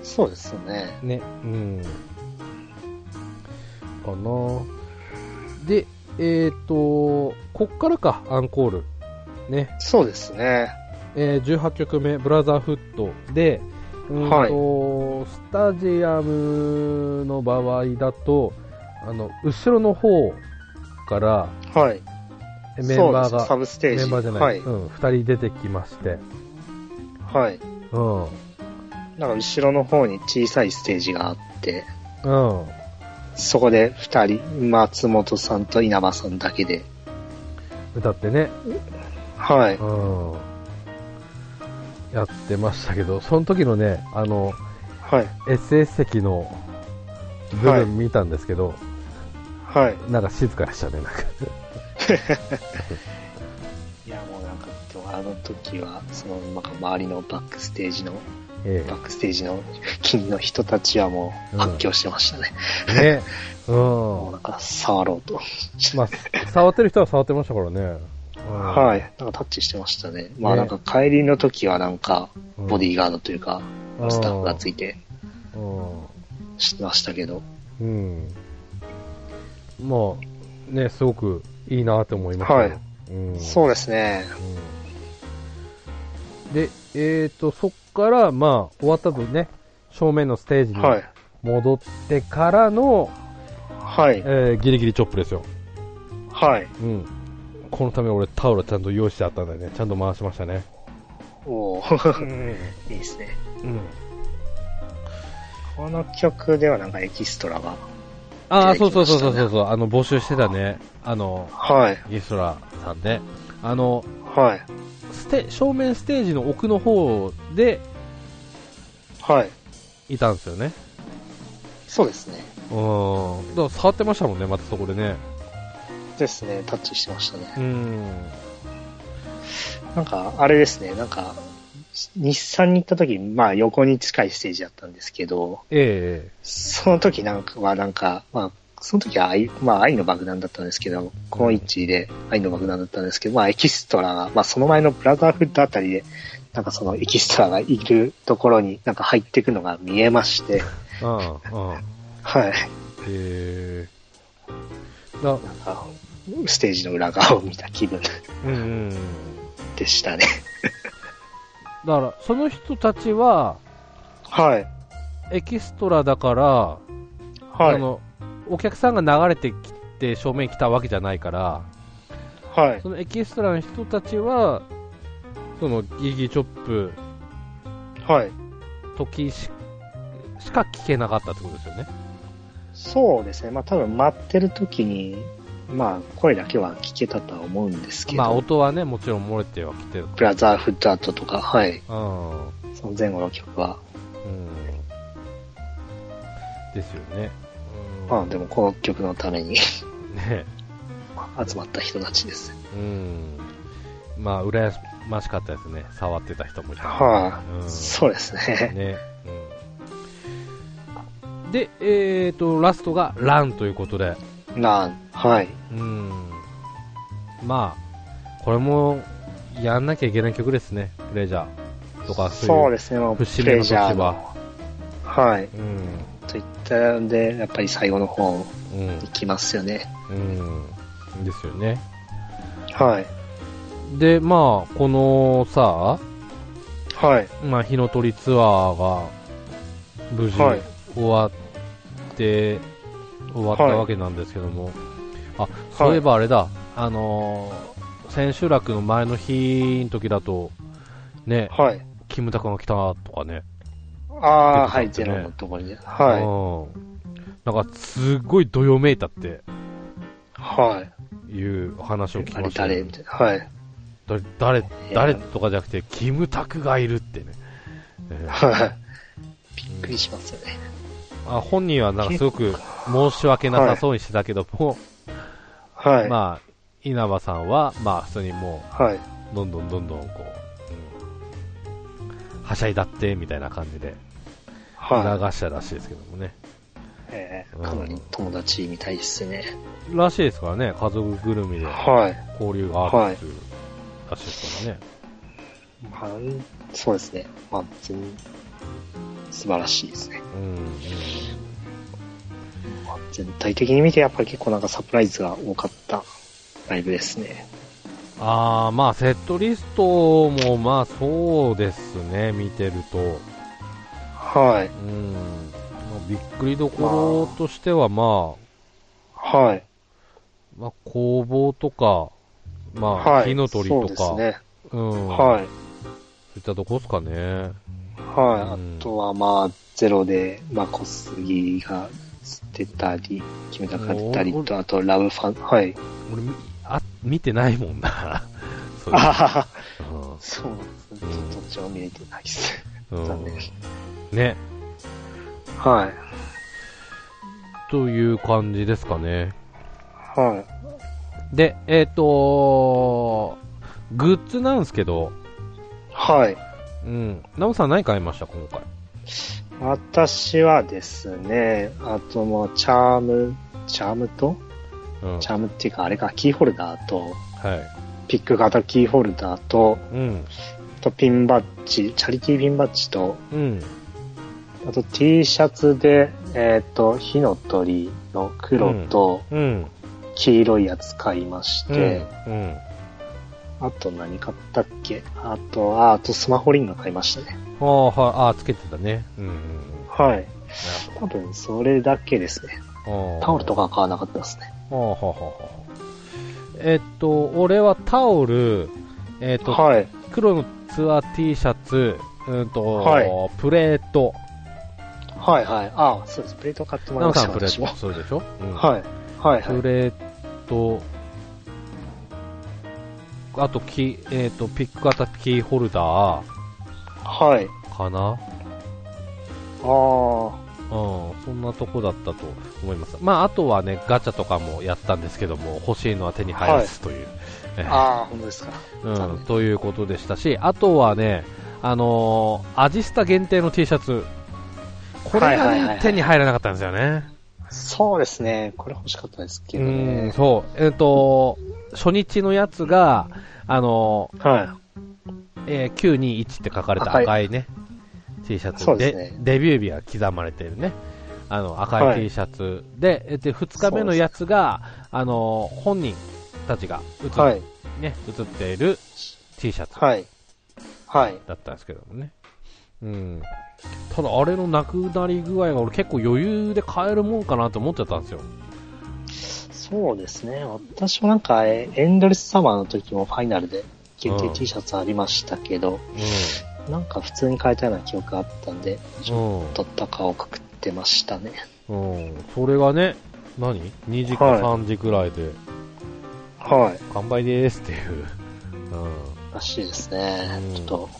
B: そうですね。
A: ね、うん。かなで、えっ、と、こっからか、アンコール。ね、
B: そうですね。
A: えー18曲目、ブラザーフットで、うーんと、スタジアムの場合だと、あの、後ろの方から
B: はい。
A: えメンバー
B: そうです
A: が
B: サ、ブステージ。
A: メンバーじゃない、
B: はい。
A: うん、2人出てきまして、
B: はい。
A: うん、うん、
B: なんか後ろの方に小さいステージがあって、そこで二人、松本さんと稲葉さんだけで
A: 歌ってね、
B: はい。
A: うん、やってましたけど、その時のね、あの、
B: はい。
A: SS 席の部
B: はい
A: 分見たんですけど、
B: はい。
A: なんか静かでしたね、なんか。
B: いや、もうなんか、あの時は、その、なんか周りのバックステージの、
A: え
B: バックステージ の金の人たちはも
A: う
B: うん発狂してましたね。
A: え。ね。う
B: もうんなん。か、触ろうと。
A: まあ、触ってる人は触ってましたからね。うん
B: はい。なんかタッチしてましたね。まあ
A: ね
B: なんか帰りの時はなんか、
A: うん
B: ボディーガードというか、スタッフがついて
A: うん
B: してましたけど。
A: うん。まあ、ね、すごくいいなと思いました。
B: はい。
A: うん、
B: そうですね。
A: うんで、えっ、と、そっから、まあ、終わったとね、正面のステージに
B: はい。
A: 戻ってからの、
B: はい。
A: えーギリギリチョップですよ。
B: はい。
A: うん。このため俺タオルちゃんと用意してあったんだよね。ちゃんと回しましたね。
B: おお
A: うん。
B: いいですね。
A: うん。
B: この曲ではなんかエキストラが。
A: ああ、
B: 出て
A: そう
B: き
A: そうそう
B: ましたね
A: そうそう、あの、募集してたね。あの、
B: はい。
A: ゲストラさんで。あの、
B: はい。
A: ステ、正面ステージの奥の方で
B: はい。
A: いたんですよね。
B: そうですね。
A: うん。だから触ってましたもんね、またそこでね。
B: ですね。タッチしてましたね。
A: うん。
B: なんか、あれですね。なんか、日産に行った時、まあ横に近いステージだったんですけど、
A: え
B: その時なんかはなんか、まあ、その時は愛,、まあ、愛の爆弾だったんですけど、この1位で愛の爆弾だったんですけど、まあエキストラが、まあその前のブラザーフッドあたりで、なんかそのエキストラがいるところになんか入っていくのが見えまして、
A: えうん、うん。
B: はい。
A: ええだ、
B: なんかステージの裏側を見た気分
A: うん、うん。
B: でしたね。
A: だから、その人たちは、
B: はい。
A: エキストラだから、
B: は
A: あ
B: い。
A: の、お客さんが流れてきて正面に来たわけじゃないから、
B: はい。
A: そのエキストラの人たちは、そのギリギリチョップ
B: はい。
A: 時ししか聞けなかったってことですよね。
B: そうですね。まあ多分待ってる時に、まあ声だけは聞けたとは思うんですけど、
A: まあ音はね、もちろん漏れてはきてる。
B: ブラザーフッドアートとか、はい。
A: うん。うん。
B: その前後の曲は
A: ですよね。うん
B: まあでもこの曲のために
A: ね
B: 集まった人たちです。
A: うん。まあ、羨ましかったですね。触ってた人もいた。
B: は
A: う
B: あ、
A: ん
B: そうですね。
A: ね。うんで、えっ、と、ラストがランということで。
B: なん、はい。
A: うん。まあ、これも、やんなきゃいけない曲ですね。プレジャーとか、
B: そう
A: そういう
B: ですね、もうプ
A: 節目
B: レ
A: の
B: ジ
A: 時
B: ャーの。
A: は。
B: はい。
A: うん。
B: といったんで、やっぱり最後の方
A: うん
B: 行きますよね。。
A: うん。ですよね。
B: はい。
A: で、まあ、このさ、
B: はい。
A: まあ、火の鳥ツアーが無事
B: はい
A: 終わって、終わったわけなんですけども、あそういえばあれだ、あのー千秋楽の前の日の時だと、ね、
B: はい。
A: キムタクが来たとかね、
B: ああ、はい、ゼロのところに。は
A: うん、なんかすごいどよめいたって
B: い。はい。
A: いう話を聞き
B: あ
A: ま
B: れ
A: した、
B: 誰みたいな。はい。
A: 誰誰
B: や
A: 誰とかじゃなくて、キムタクがいるってね。えー
B: はい。びっくりしますよね。
A: あ本人はなんかすごく申し訳なさそうにしてたけども、
B: はい。
A: まあ、稲葉さんは、まあ、普通にも
B: はい。
A: う、どんどんどんどん、こう、うん、はしゃいだって、みたいな感じで、流
B: は
A: したらしいですけどもね。
B: い。えーかなり友達みたいですね。
A: らしいですからね、家族ぐるみで
B: はい。
A: 交流があるっていう、らしいですからね。
B: まあ、そうですね。まあ、別に、素晴らしいですね。
A: うん、うん。
B: まあ全体的に見て、やっぱり結構なんかサプライズが多かったライブですね。
A: あー、まあ、セットリストも、まあ、そうですね、見てると。
B: はい。
A: うん。まあびっくりどころとしては、まあ、
B: はい。
A: まあ、工房とか、まあ、
B: はい。
A: 火の鳥とか、
B: そうですね。
A: うん。
B: はい。
A: そういったとこですかね。
B: は
A: うん
B: い。あとはまあ、ゼロで、まあ、小杉が出たり、キムタクが出たり
A: おー
B: と、あと、ラブファン、はい。
A: 俺、あ、見てないもんな。 そうい
B: あ
A: う
B: はは
A: うん
B: そうなんですね。ちょっとどっちも見れてないです。
A: うん
B: 残念です
A: ね。
B: はい。
A: という感じですかね。
B: は
A: で、えっ、とグッズなんですけど、
B: い。はい。
A: うん。ナムさん何買いました、今回。
B: 私はですね、あともう、チャーム、チャームと、
A: うん。
B: チャームっていうか、あれか、キーホルダーと、
A: はい。
B: ピック型キーホルダーと、
A: うん。
B: あとピンバッジ、チャリティーピンバッジと、
A: うん。
B: あと T シャツで、えっ、と、火の鳥の黒と
A: うん。
B: 黄色いやつ買いまし
A: うん。
B: て、
A: うん。
B: あと何買ったっけあと、あ、あとスマホリング買いましたね。
A: ああ、はい。ああ、つけてたね。うんうんうん。
B: はい。
A: なる
B: 多分それだけですね。
A: ほど。
B: タオルと
A: か。
B: かは買わなかったですね。
A: ああ、ははは。えっと、俺はタオル、えっと、
B: はい。
A: 黒のツアー T シャツ、うんと、
B: はい
A: プレート。
B: はいはい。あ、そうです。プレート買ってもら
A: ナ
B: い
A: ム
B: まし
A: さんプレー
B: た、私も
A: ト。。それでしょ、うん
B: はい。はいは
A: プ
B: い。
A: レート、あとキ、えー、とピック型キーホルダー
B: はい。
A: かな、
B: あー。
A: うん、そんなとこだったと思います、まあ、あとはねガチャとかもやったんですけども、欲しいのは手に入らずという、えー
B: あー、本当ですか。
A: うん、ということでしたし、あとはね、あのーアジスタ限定の T シャツ、これが、
B: はいはい
A: ね
B: はいはい
A: 手に入らなかったんですよね。
B: そうですね。これ欲しかったですけど
A: うん、
B: ね。
A: そう、えっ、と、初日のやつが、あのー
B: は
A: えー921って書かれた
B: 赤い
A: 赤いね、T シャツ
B: そう
A: で
B: ですね
A: デビュー日が刻まれてるね、あの
B: は
A: 赤い
B: い
A: T シャツで、えーで2日目のやつが、あのー本人たちが写っ,、
B: い。はい。
A: ね、写っている T シャツ
B: はい。はい。
A: だったんですけどもね。うんただ、あれのなくなり具合が俺結構余裕で買えるもんかなと思っちゃったんですよ。
B: そうですね。私もなんか、えエンドレスサマーの時もファイナルで限
A: う
B: 定
A: ん
B: T シャツありましたけど、
A: う
B: なんか普通に買えたような記憶があったんで、ちょっ
A: ん。うん。
B: と高をくくってましたね。
A: うん。それがね、何 ?2 時か
B: はい
A: 3時くらいで、
B: はい。
A: 完売ですっていう。うん。
B: らしいですね
A: うん。
B: ちょっと、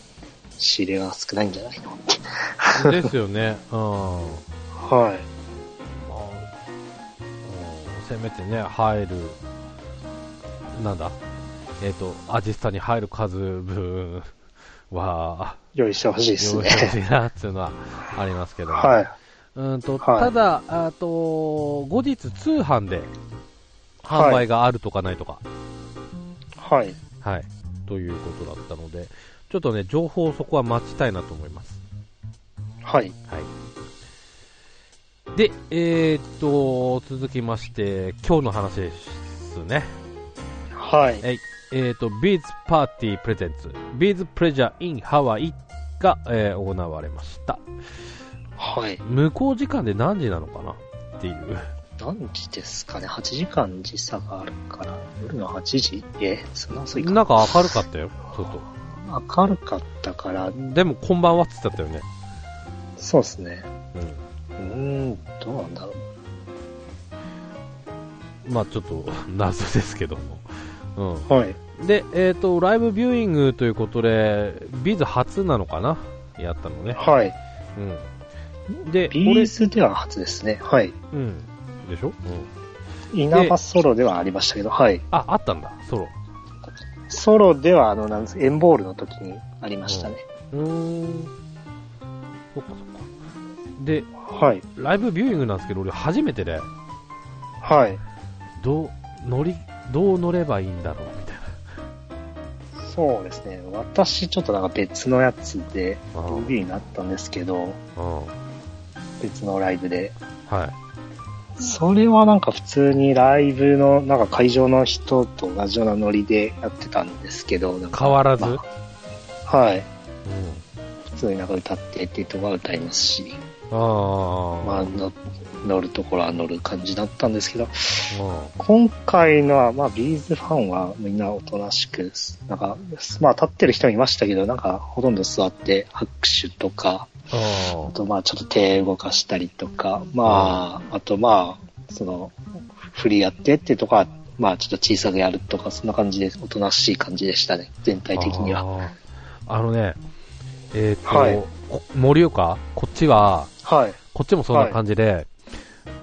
B: 仕入れが少ないんじゃないのって。
A: ですよね、うん、ま
B: はい。
A: あ、うんせめてね、入る、なんだ、えっ、と、アジスタに入る数分は、
B: 用意してほしいです
A: 用意
B: ね。
A: してほしいなっていうのはありますけど、
B: はい。
A: うんと
B: はい
A: ただ、あと、後日通販で販売があるとかないとか、
B: はい。
A: はい、ということだったので、ちょっとね、情報をそこは待ちたいなと思います。
B: はい。
A: はい。で、えー、っと、続きまして、今日の話ですね。
B: はい。
A: はい。えー、っと、ビーズパーティープレゼンツ、ビーズプレジャーインハワイが、えー行われました。
B: はい。
A: 向こう時間で何時なのかなっていう。
B: 何時ですかね ?8 時間時差があるから、夜の8時え、そんな遅いか
A: なんか明るかったよ、外。
B: 明るかったから、
A: でも、こんばんはって言ってたよね。
B: そうですね。
A: う
B: うーん、どうなんだろう。
A: ん。まあちょっと、謎ですけども。うん。
B: はい。
A: で、えー、とライブビューイングということで、ビーズ初なのかな、やったのね。
B: はい。
A: うん、で、こ
B: ビ
A: れ
B: ー、ズでは初ですね。はい。
A: うん、でしょ、うん、
B: 稲葉ソロではありましたけど、はい。
A: あ、あったんだ、ソロ。
B: ソロでは、あの、なんですエンボールの時にありましたね。
A: うーん、そっかそっか。で、
B: はい。
A: ライブビューイングなんですけど、俺、初めてで、
B: はい。
A: どう乗りどう乗ればいいんだろうみたい
B: そうですね。私、ちょっとなんか別のやつで、
A: な。うん
B: MV になったんですけど、
A: うん
B: 別のライブで。
A: はい、
B: それはなんか普通にライブの、なんか会場の人と同じようなノリでやってたんですけど、なんか
A: 変わらず、
B: まあはい。
A: うん、
B: 普通になんか歌ってっていうところは歌いますし、
A: あー、
B: まあ、の乗るところは乗る感じだったんですけど、
A: うん
B: 今回のは、まあ、ビーズファンはみんなおとなしく、なんか、まあ、立ってる人もいましたけど、なんか、ほとんど座って拍手とか、
A: あ
B: あと、まあ、ちょっと手動かしたりとか、まあ、あと、まあ、その、振り合ってっていうとこはまあちょっと小さくやるとか、そんな感じで、おとなしい感じでしたね、全体的には。
A: あーあのね、えーっと、
B: はい
A: こ盛岡、こっちは、
B: はい。
A: こっちもそんな感じで、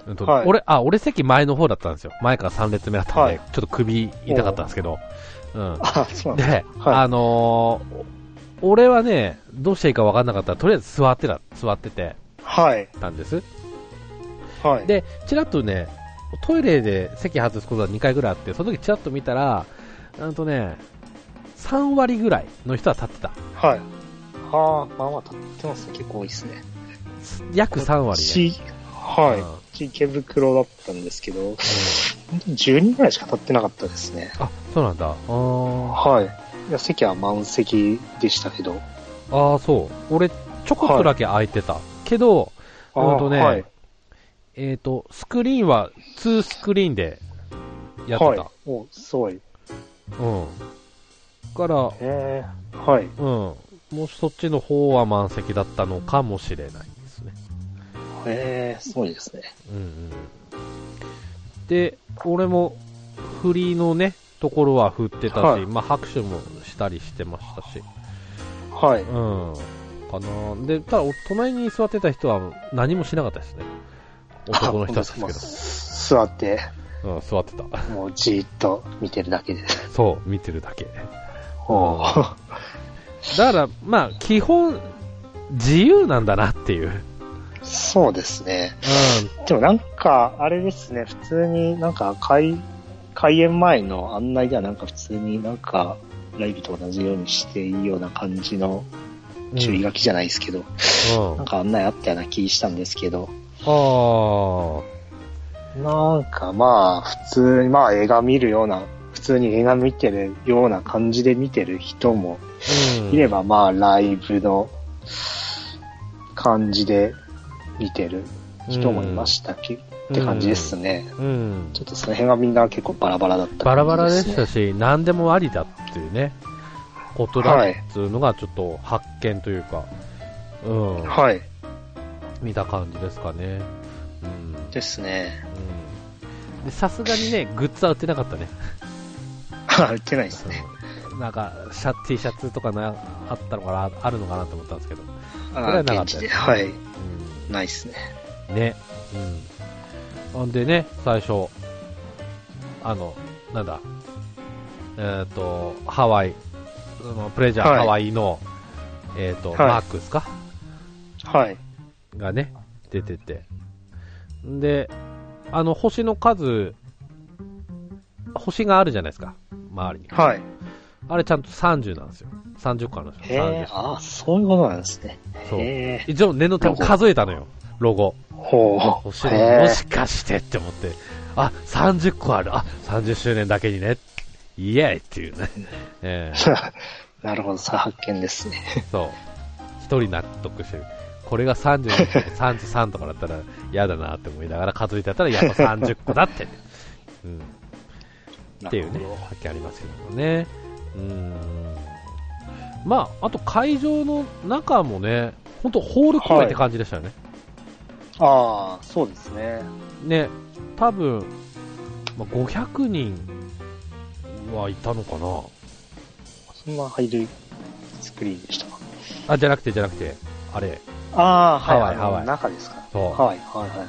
A: うんと
B: はい
A: 俺、あ、俺席前の方だったんですよ。前から3列目だったんで、
B: はい
A: ちょっと首痛かったんですけど、うん。
B: あ、そうなんだ。
A: で、
B: はい
A: あのー俺はね、どうしていいか分かんなかったら、とりあえず座ってた、座ってて
B: はい。
A: たんです。
B: はい。
A: で、ちらっとね、トイレで席外すことが2回ぐらいあって、その時ちらっと見たら、うんとね、3割ぐらいの人は立ってた。
B: はい。はあ、まあまあ、立ってますね。結構多いですね。
A: 約3割ね。
B: し、
A: う
B: は
A: ん
B: い。ち池袋だったんですけど、10人ぐらいしか立ってなかったですね。
A: あ、そうなんだ。あー
B: はい。いや、席は満席でしたけど。
A: あー、そう。俺、ちょこっとだけ空いてた。けど、
B: あ
A: ほんとね
B: はい。
A: えっ、と、スクリーンは2スクリーンでやって
B: はい
A: た。。
B: お、すごい。
A: うん。から、
B: えー、はい。
A: うん。もうそっちの方は満席だったのかもしれないですね。
B: えー、すごいですね。
A: うんうん。で、俺も、振りのね、ところは振ってたし、
B: はい
A: まあ拍手もしたりしてましたし、
B: はい。
A: うん。かなで、ただ、お隣に座ってた人は何もしなかったですね。男の人たち
B: あ
A: です
B: まあ座って、
A: けど。うん、座ってた。
B: もうじーっと見てるだけで。
A: そう、見てるだけ。
B: おー
A: だから、まあ、基本、自由なんだなっていう。
B: そうですね。
A: う
B: でもなんか、あれですね、普通になんか開、開演前の案内ではなんか普通になんか、ライブと同じようにしていいような感じの
A: ん。
B: 注意書きじゃないですけど、
A: うん。
B: な
A: あ
B: んか案内あったような気したんですけど、
A: あー。
B: なんかまあ、普通に、まあ映画見るような、普通に映画見てるような感じで見てる人も
A: うん。
B: いれば、まあライブの感じで見てる人もいましたけ、って感じですね。
A: うん。
B: ちょっとその辺はみんな結構バラバラだった
A: バ
B: 感
A: ラバラ
B: じ
A: で
B: です
A: し
B: ね。
A: たし、何でもありだっていうね、ことだっていうのがちょっと発見というか、うん、
B: はい。
A: 見た感じですかね。うん。
B: で すね。
A: うんでさすがにね、グッズは売ってなかったね。
B: あ、売ってないですね。
A: なんか、シャ T シャツとかなあったのかな、あるのかなと思ったんですけど。
B: あ
A: これはなかった
B: 現地で。はい。
A: う
B: ないですね。
A: ん、ね。うん。んでね、最初、あの、なんだ、えっ、と、ハワイ、そのプレジャー
B: はい
A: ハワイの、えっ、と、
B: はい
A: マークですか
B: はい。
A: がね、出てて。んで、あの、星の数、星があるじゃないですか、周りに。
B: はい。
A: あれちゃんと30なんですよ。30巻の
B: へ
A: 30
B: え、あそういうことなんですね。
A: そう
B: へえ。
A: 一応念のため数えたのよ、ロゴ。
B: ほう。
A: 星
B: へ
A: 野も
B: え
A: しかしてって思って、あ、30個ある、あ、30周年だけにね、イエーイって いうね。ええ
B: なるほど、さ発見ですね。
A: そう。一人納得してる。これが32とか33とかだったら嫌だなって思いながら数えてたらやっぱ30個だって、 うん。っていうね
B: なるほ、
A: 発見ありますけどもね。うーん。まあ、あと会場の中もね、ほんとホール公演って感じでしたよね。
B: ど。ああ、そうですね。
A: ね、多分、まあ、500人はいたのかな
B: そんな入るスクリーンでしたか。
A: あ、じゃなくて、じゃなくて、あれ、
B: ああ、はい、
A: ハワイハワイ
B: あの中ですか。
A: そう。
B: はい、はい、は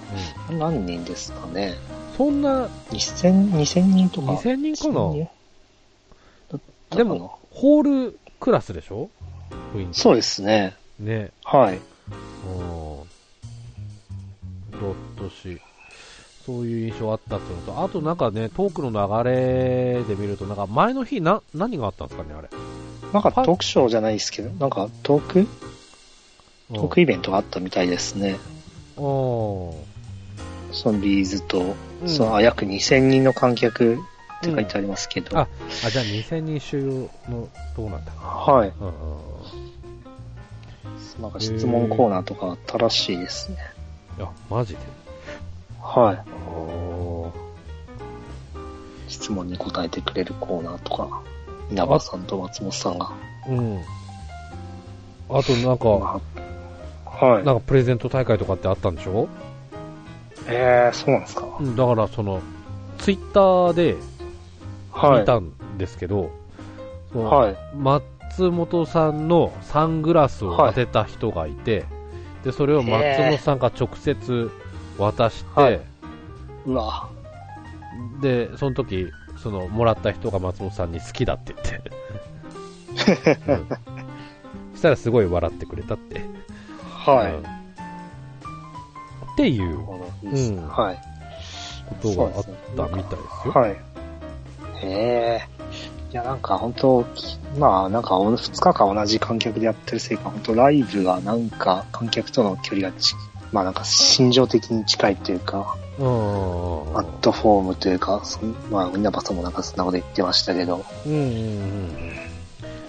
A: う
B: い。何人ですかね。
A: ん、そんな
B: 2000、2000人とか。
A: 2000人か
B: 2000
A: な
B: だったかな
A: でも、、ホールクラスでしょ雰囲気。
B: そうですね。
A: ね。
B: はい。
A: うん。どっとし、そういう印象あったっていうのと、あとなんかね、トークの流れで見ると、なんか前の日な、何があったんですかね、あれ。
B: なんか
A: はい
B: トークショーじゃないですけど、なんかトーク
A: うん
B: トークイベントがあったみたいですね。
A: う
B: そのビーズと、
A: ん。
B: その
A: あ、
B: あ約2000人の観客って書
A: うん
B: いてありますけど。
A: あじゃあ2000人収容の、どうなんだ
B: はい。
A: うんうんうん。
B: なんか質問コーナーとかあったらしいですね。
A: あ、マジで
B: は
A: お
B: い。質問に答えてくれるコーナーとか、稲葉さんと松本さんが。
A: うん。あとなんか、
B: まあはい。
A: なんかプレゼント大会とかってあったんでしょ
B: えー、そうなんですか。
A: うんだからその、ツイッターで、
B: はい
A: 見たんですけど、その
B: はい。
A: 松本さんのサングラスを当てた人がいて、でそれを松本さんが直接渡して、
B: はいいうわ。
A: でその時そのもらった人が松本さんに好きだって言 って、うんしたらすごい笑ってくれたって、
B: はい。
A: うんっていうこ
B: いいっすね
A: うん
B: はい。
A: とがあったみたいですよ、
B: はい。へえ。いや、なんか本当、きまあ、なんか2日間同じ観客でやってるせいか、本当ライブがなんか観客との距離がち、まあなんか心情的に近いというか、
A: うんうん
B: アットホームというか、そんまあ、稲葉さんもなんかそんなこと言ってましたけど、
A: うんうんうん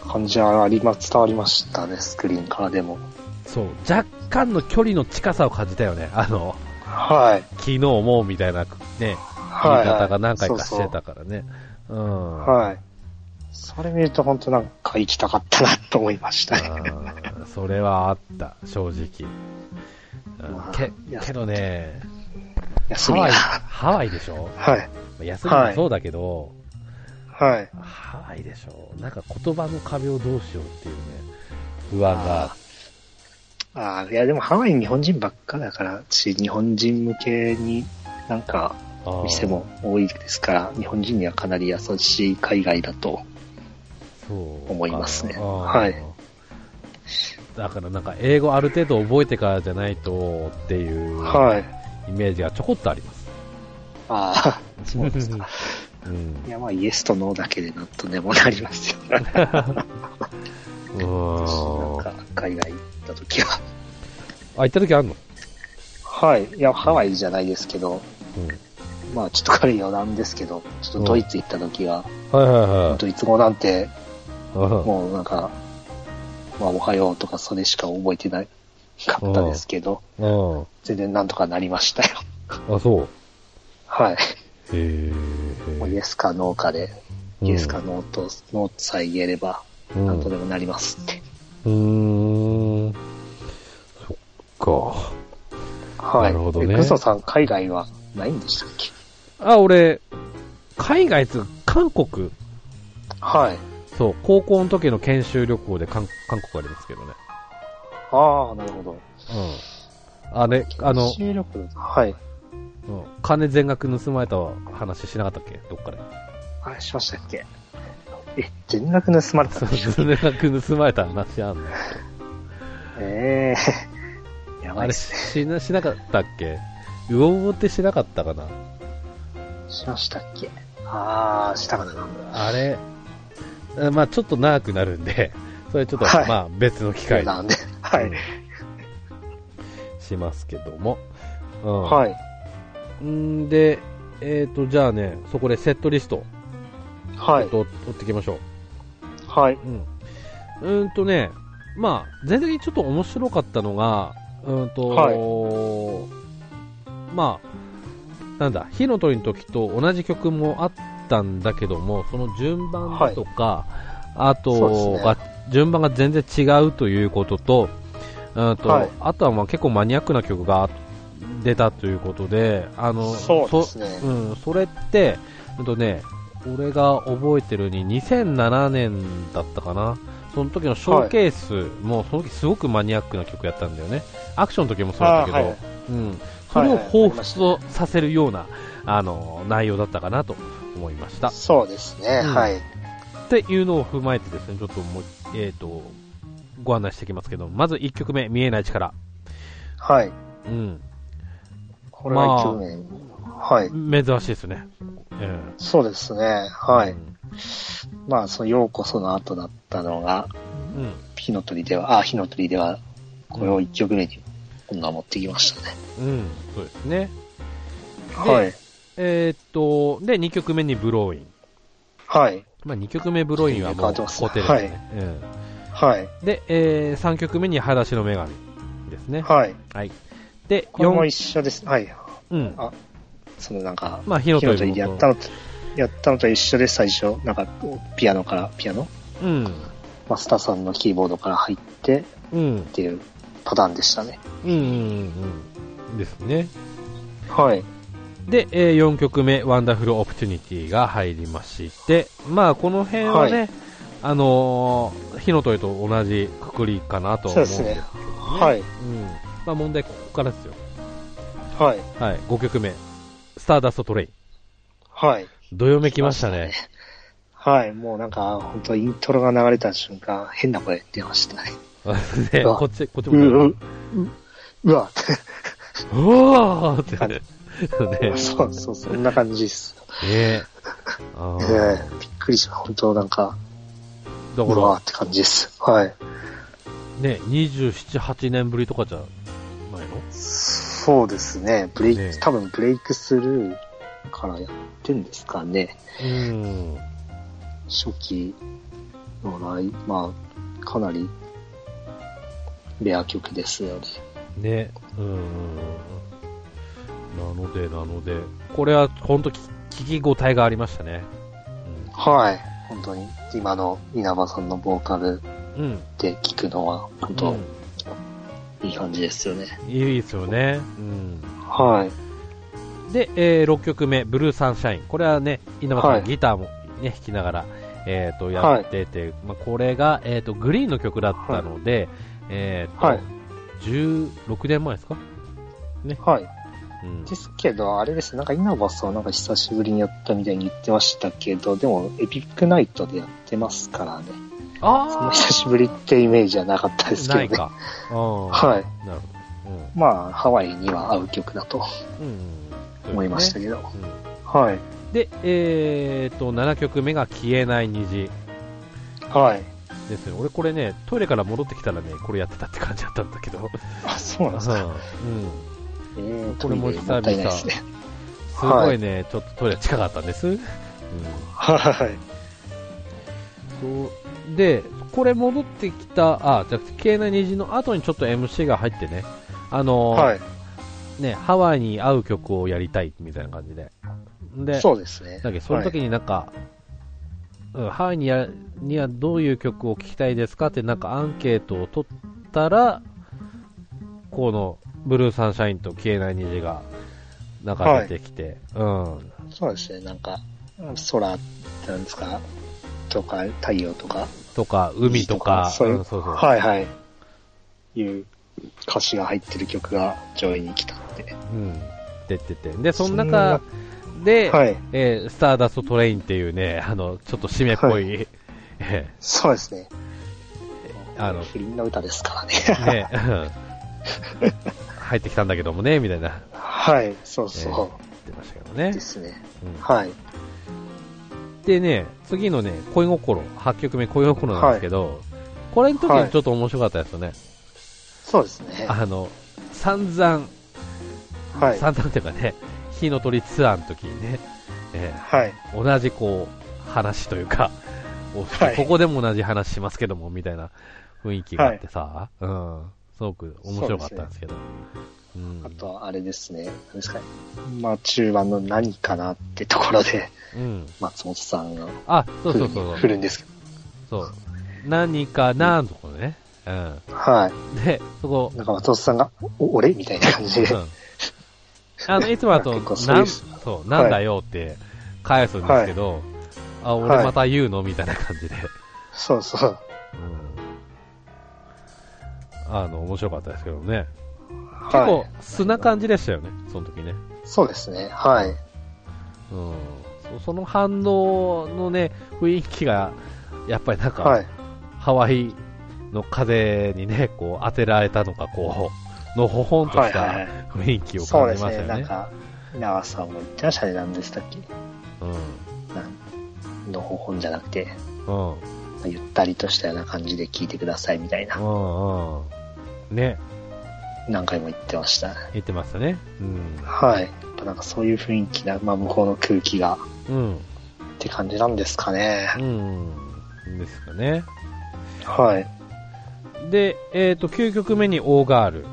B: 感じはありま、伝わりましたね、スクリーンからでも。
A: そう若干の距離の近さを感じたよねあの
B: はい。
A: 昨日もみたいなね言い
B: はい。
A: 方が何回かし
B: そ
A: て
B: うそ
A: たからね。うん。
B: うはい。それ見ると本当なんか行きたかったなと思いましたね。
A: うんそれはあった、正直。うんけ
B: いや
A: けどね、ハ
B: 休み
A: ワ
B: が。
A: イ、
B: は
A: ハワイでしょ
B: い。
A: 休みもそうだけど、
B: はい。
A: ハワイでしょなんか言葉の壁をどうしようっていうね、不安が。
B: ああ、いやでもハワイ日本人ばっかだからし、日本人向けになんか
A: あー
B: 店も多いですから、日本人にはかなり優しい海外だと。
A: そう
B: 思いますね
A: あー
B: はい
A: だからなんか英語ある程度覚えてからじゃないとっていう
B: はい。
A: イメージがちょこっとあります。
B: ああ、そうですか。
A: うん
B: いやまあイエスとノーだけでなんとでもなりますよ。なんか
A: うーん。あ、
B: 海外行った時は。
A: 行った時あんの
B: はい。いや、ハワイじゃないですけど、
A: うん。
B: まあちょっと彼余談ですけど、ちょっとドイツ行った時は、
A: はいは
B: ドイツ語なんて
A: いは
B: もうなんか、まあおはようとかそれしか覚えてないかったですけど、
A: い。うん。うん
B: 全然なんとかなりましたよ。
A: あ、そう。
B: はい。
A: へ
B: もうイ
A: え。
B: エスかノーかで、
A: うん
B: イエスかノーと、ノーさえ言えれば、
A: うん
B: なんとでもなりますって。
A: うーん。そっか。
B: はい。
A: なるほどね
B: えクソさん、海外はないんでしたっけ
A: あ、俺、海外っつうか韓国。
B: はい。
A: そう、高校の時の研修旅行で韓韓国ありますけどね。
B: ああ、なるほど。
A: うん。あれ、あの、
B: 修旅行だはい。
A: うん金全額盗まれた話しなかったっけどっかで。
B: あれしましたっけえ、全額盗まれ
A: そ
B: たん
A: う、
B: でしたっけ
A: 全額盗まれた話あ んの。
B: ええやば
A: あ
B: いで
A: れ
B: すね。
A: しな、しなかったっけ魚をってしなかったかな
B: しましたっけああ、したかな。
A: あれ、あまあちょっと長くなるんで、 それちょっと、
B: はい
A: まあ別の機会に
B: なんで。はい。
A: しますけども。うん。
B: はい。
A: んで、えっ、と、じゃあね、そこでセットリスト、
B: は
A: ちょ
B: い
A: っ。と取っていきましょ
B: はい。
A: う。うん。うーんとね、まあ、全体的にちょっと面白かったのが、うーんと、まあ、なんだ、火の鳥の時と同じ曲もあったんだけども、その順番だとか、あ
B: そうです
A: と
B: ね
A: が、順番が全然違うということと、うんと
B: はい
A: あとはまあ結構マニアックな曲が出たということで、あの
B: そうですね。
A: そうん、それって、うんとね、俺が覚えてるに2007年だったかな、その時のショーケースも、その時すごくマニアックな曲やったんだよね、アクションの時もそうだったけど、
B: あーはい
A: うん、それを彷彿とさせるような、あの内容だったかなと思いました。
B: そうですね。
A: うん
B: はい。
A: っていうのを踏まえてですね、ちょっともう、えっ、と、ご案内していきますけど、まず1曲目、見えない力。
B: はい。
A: うん。
B: これは去年、はい。
A: 珍しいですね。うん。
B: そうですね。は
A: う
B: い。
A: ん。
B: まあ、その、ようこその後だったのが、
A: うん
B: 火の鳥では、あ、火の鳥では、これを1曲目に、こんな持ってきましたね。
A: うん。そうですね。
B: はい。
A: えっ、と、で、2曲目にブローイン。
B: はい。
A: まあ、2曲目ブローインはもう
B: 変わってます
A: 固定ですね。
B: はい。
A: うん。で、え3曲目に裸足の女神ですね。
B: はい。
A: はい。で、
B: これも
A: 4、
B: 一緒です。はい。
A: うん。
B: あ、そのなんか、
A: まあ、火の
B: 火の
A: 鳥
B: 鳥
A: もそ
B: でや
A: う
B: ったのと、やったのと一緒で最初、なんか、ピアノから、ピアノ
A: うん。
B: マスターさんのキーボードから入ってっ
A: うん。
B: ていうパターンでしたね。
A: うん。うん。うん。ですね。
B: はい。
A: で、えー4曲目、ワンダフルオプチュニティが入りまして、まあ、この辺はね、
B: は
A: あのー火の鳥と同じくくりかなと思うんですけどね。
B: はい。
A: うん。まあ、問題ここからですよ。
B: はい。
A: はい、5曲目、スターダストトレイン。
B: はい。
A: どよめきました ね。
B: はい。もうなんか、本当イントロが流れた瞬間、変な声出ましたね。
A: ね、
B: うわ
A: こっち、こっち
B: う
A: も。
B: う、うわ、
A: うわーってね。ね
B: そうそう、そんな感じです。
A: ねあ
B: ええ
A: ー
B: びっくりした。本当なんか、
A: だ
B: う
A: か
B: わ
A: ら
B: ー、って感じです。はい。
A: ね、27、8年ぶりとかじゃないの
B: そうですね。ブレイク、
A: ねえ
B: 多分ブレイクスルーからやってんですかね。
A: うん。
B: 初期のライまあ、かなり、レア曲ですよね。
A: ね、うん。なので、なので、これは本当聞き応えがありましたね。
B: はい。本当に、今の稲葉さんのボーカル
A: うん。うん。
B: で聞くのは、本
A: う
B: 当
A: ん
B: いい感じですよね。
A: いいですよね。うん。
B: はい。
A: で、え6曲目、ブルーサンシャイン。これはね、稲葉さん、
B: はい
A: ギターも、ね、弾きながら、えー、とやってて、まあ、これが、えー、とグリーンの曲だったので、えーと
B: はい
A: 16年前ですか、
B: はい。
A: うん
B: ですけど、あれですね、なんか稲葉さんはなんか久しぶりにやったみたいに言ってましたけど、でも、エピックナイトでやってますからね。そんな
A: あ
B: 久しぶりってイメージはなかったです
A: ー
B: けど
A: な
B: ね。
A: いか。うん
B: はい。
A: なるほど。
B: まあ、ハワイには合う曲だと
A: うん。うん
B: 思いました
A: ね。
B: けど。
A: うん
B: はい。
A: で、えー、と7曲目が消えない虹
B: はい。
A: ですね。俺これね、トイレから戻ってきたらね、これやってたって感じだったんだけど。
B: あ、そうなんですか。
A: うん。うん
B: えー、
A: これも久々
B: もったいないですね。
A: すごいね、ちょっとトイレ近かったんです。うん
B: はい。
A: そうで、これ戻ってきた、あ、じゃなくて、ない虹の後にちょっと MC が入ってね、あのー
B: はい。
A: ね、ハワイに合う曲をやりたいみたいな感じで。で、
B: そうですね。
A: だっけその時になんか、うんハワイにやにはどういう曲を聴きたいですかってなんかアンケートを取ったら、このブルーサンシャインと消えない虹が、なんか出てきて、うん、
B: そうですね、なんか、空ってなんですか、とか、太陽とか、
A: とか、海とか、
B: そういう
A: うんそうそう。
B: はいはい、いう歌詞が入ってる曲が上位に来たんで。
A: うん。出てて。で、その
B: そんな
A: 中で、
B: はい。
A: えースターダストトレインっていうね、あの、ちょっと締めっぽい、 え
B: そうですね。
A: あの
B: 不倫の歌ですからね。
A: ーね、うん入ってきたんだけどもね、みたいな、
B: はい、そうそ
A: 言ってましたけど
B: う。
A: ね
B: で。すね。
A: うん
B: はい。
A: でね、次のね、恋心、8曲目恋心なんですけど、これの時にちょっと面白かったですよね。
B: そうですね。
A: あの、散々、
B: はい。
A: 散々っていうかね、火の鳥ツアーの時にね、えー
B: はい。
A: 同じこう話というか、をして
B: はい
A: ここでも同じ話しますけどもみたいな雰囲気があってさ、うん、すごく面白かったんですけど。うん
B: あとは、あれですね。何ですかね。まあ、中盤の何かなってところで、
A: うん、
B: 松本さんが
A: あ、そうそ
B: 来る
A: うそう
B: 来
A: そう
B: るんですけ
A: そう。何かなーのところね。うん。
B: ど。はい。
A: で、そこ、
B: なんか松本さんが、お俺みたいな感じで
A: う。ん。あ の、いつもだと、
B: 結構そう
A: な
B: い
A: ん、
B: う
A: そう、なんだよって返すんですけど、あ、俺また言うのみたいな感じで。
B: そうそう。
A: うん。あの、面白かったですけどね。
B: 結
A: 結構素な感じでしたよね、その時ね。
B: そうですね。はい。
A: うん。そその反応のね、雰囲気が、やっぱりなんか、
B: はい。
A: ハワイの風にね、こう当てられたのか、こう、のほほんと
B: は
A: し
B: いはいは
A: た
B: い。
A: 雰囲気を
B: そう
A: 感
B: で
A: じ
B: す
A: ましたよ
B: ね。なん
A: ね。
B: か、稲葉さんも言ってましたね。何でしたっけなんの方法じゃなくて、
A: うん。うん。
B: ゆったりとしたような感じで聞いてくださいみたいうな、
A: んうん。ね、
B: 何回も言ってました。
A: 言ってましたね。うん。
B: はい。やっぱなんかそういう雰囲気な、まあ向こうの空気が、
A: うん。
B: って感じなんですかね。
A: うん。ですかね。
B: はい。
A: で、えっ、と、9曲目にオーガール。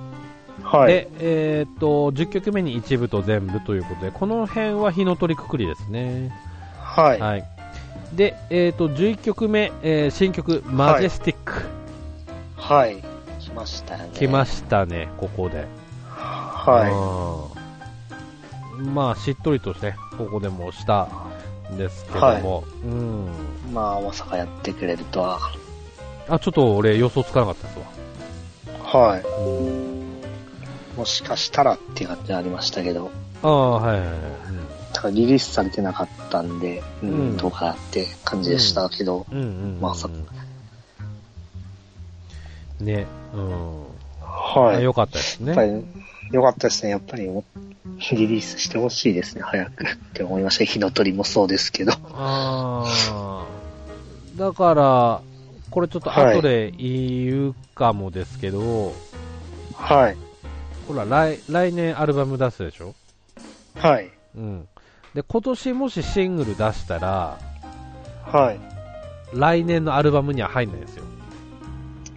B: はい。
A: で、えー、と10曲目に一部と全部ということでこの辺は日の取りくくりですね、
B: はい。
A: はいでえー、と11曲目、えー新曲「マジェスティック
B: はい。来ましたよね。」
A: 来ま
B: し
A: したねここで、
B: た。はい。
A: いまあ、しっとりとね、ここでもしたんですけども、うん。
B: まあ、まさかやってくれるとは。
A: あ、ちょっと俺予想つかなかったですわ。
B: はい。
A: うん、
B: もしかしたらっていう感じはありましたけど、
A: ああ、はいはいはい。
B: ただリリースされてなかったんで、うん、
A: うん
B: どうかなって感じでしたけど、
A: うん、うんうん、うん。
B: まさか
A: ね、うん。
B: は
A: あ
B: い。
A: よかったですね。
B: やっぱり、良かったですね。やっぱりも、リリースしてほしいですね、早く。って思いました。火の鳥もそうですけど。
A: あーだから、これちょっと後で言うかもですけど、
B: はい。
A: ほら来、来年アルバム出すでしょ
B: はい。
A: うん。で、今年もしシングル出したら、
B: はい。
A: 来年のアルバムには入んないですよ。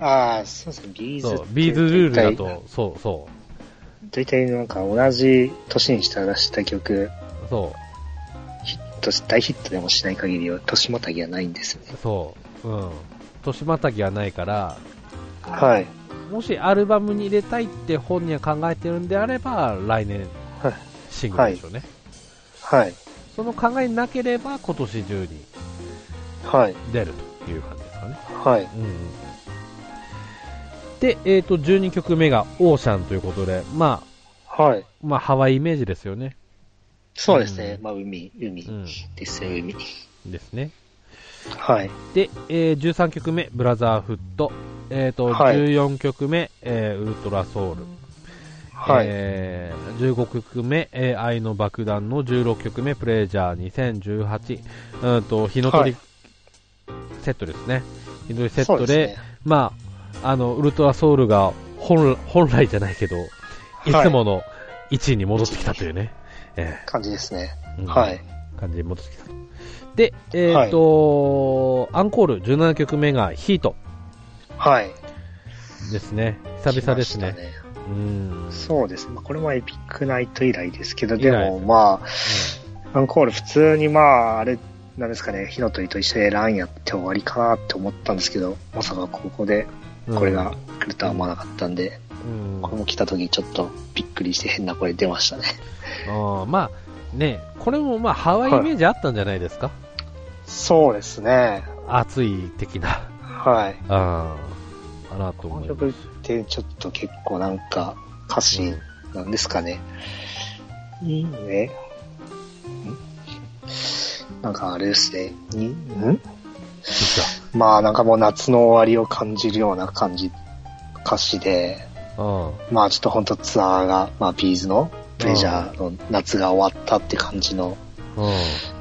B: ああ、そうですね、ビーズっ
A: そ
B: て。
A: う、ビーズルールだと、そうそ
B: 大体。大体なんか同じ年にしたら出した曲、
A: う、そ
B: ヒットし、大ヒットでもしない限りは、年またぎはないんですよね
A: う、。そう、うん。年またぎはないから、
B: はい。
A: もしアルバムに入れたいって本人は考えてるんであれば、来年
B: はい、
A: シングルでしょうね。
B: はい。
A: その考えなければ、今年中に
B: はい。
A: 出るという感じですかね。
B: はい。
A: で、えー、と12曲目が「オーシャン」ということで、ま
B: はい。
A: あ、まあハワイイメージですよね。
B: そうですね。
A: うん
B: まあ、海、海
A: うん
B: ですよ、海。
A: ですね。
B: はい。
A: で、えー13曲目「ブラザーフット」えーと
B: はい
A: 14曲目、えーウルトラソウル」
B: はい。
A: えー15曲目、えー愛の爆弾の16曲目、プレジャー2018、うーんと、日の鳥、
B: は
A: セットですね。日の鳥セッ
B: そう
A: トで、
B: ですね
A: まあ、あの、ウルトラソウルが本、本来じゃないけど、いつもの1位に戻ってきたというね。え
B: 感じですね。
A: えうん
B: はい。
A: 感じに戻ってきた。で、えっ、と、アンコール17曲目がヒート
B: はい。
A: ですね。久々ですね。
B: 来まし
A: う
B: た
A: ん。
B: そうですね。まあ、これもエピックナイト以来ですけど、
A: 以来
B: で
A: です
B: もまあ、アンコール普通にまあ、あれ、なんですかね、火の鳥と一緒でランやって終わりかなって思ったんですけど、まさかここで
A: うん
B: これが、来るとは思わなかったんで、
A: うん
B: これも来た時ちょっとびっくりして変な声出ましたね。
A: あーまあね、これもまあハワイイメージあったんじゃないですか、
B: そうですね。
A: 暑い的な、
B: はい。
A: あーかなと
B: こ
A: 思
B: の
A: いま
B: 曲っ
A: す。
B: てちょっと結構なんか歌詞なんですかね。いいね。んなんかあれですね。にん
A: 実
B: まあなんかもう夏の終わりを感じるような感じ、歌詞で、
A: は
B: まあちょっとほんとツアーが、まあビーズのプレジャーの夏が終わったって感じの、
A: うん。うん。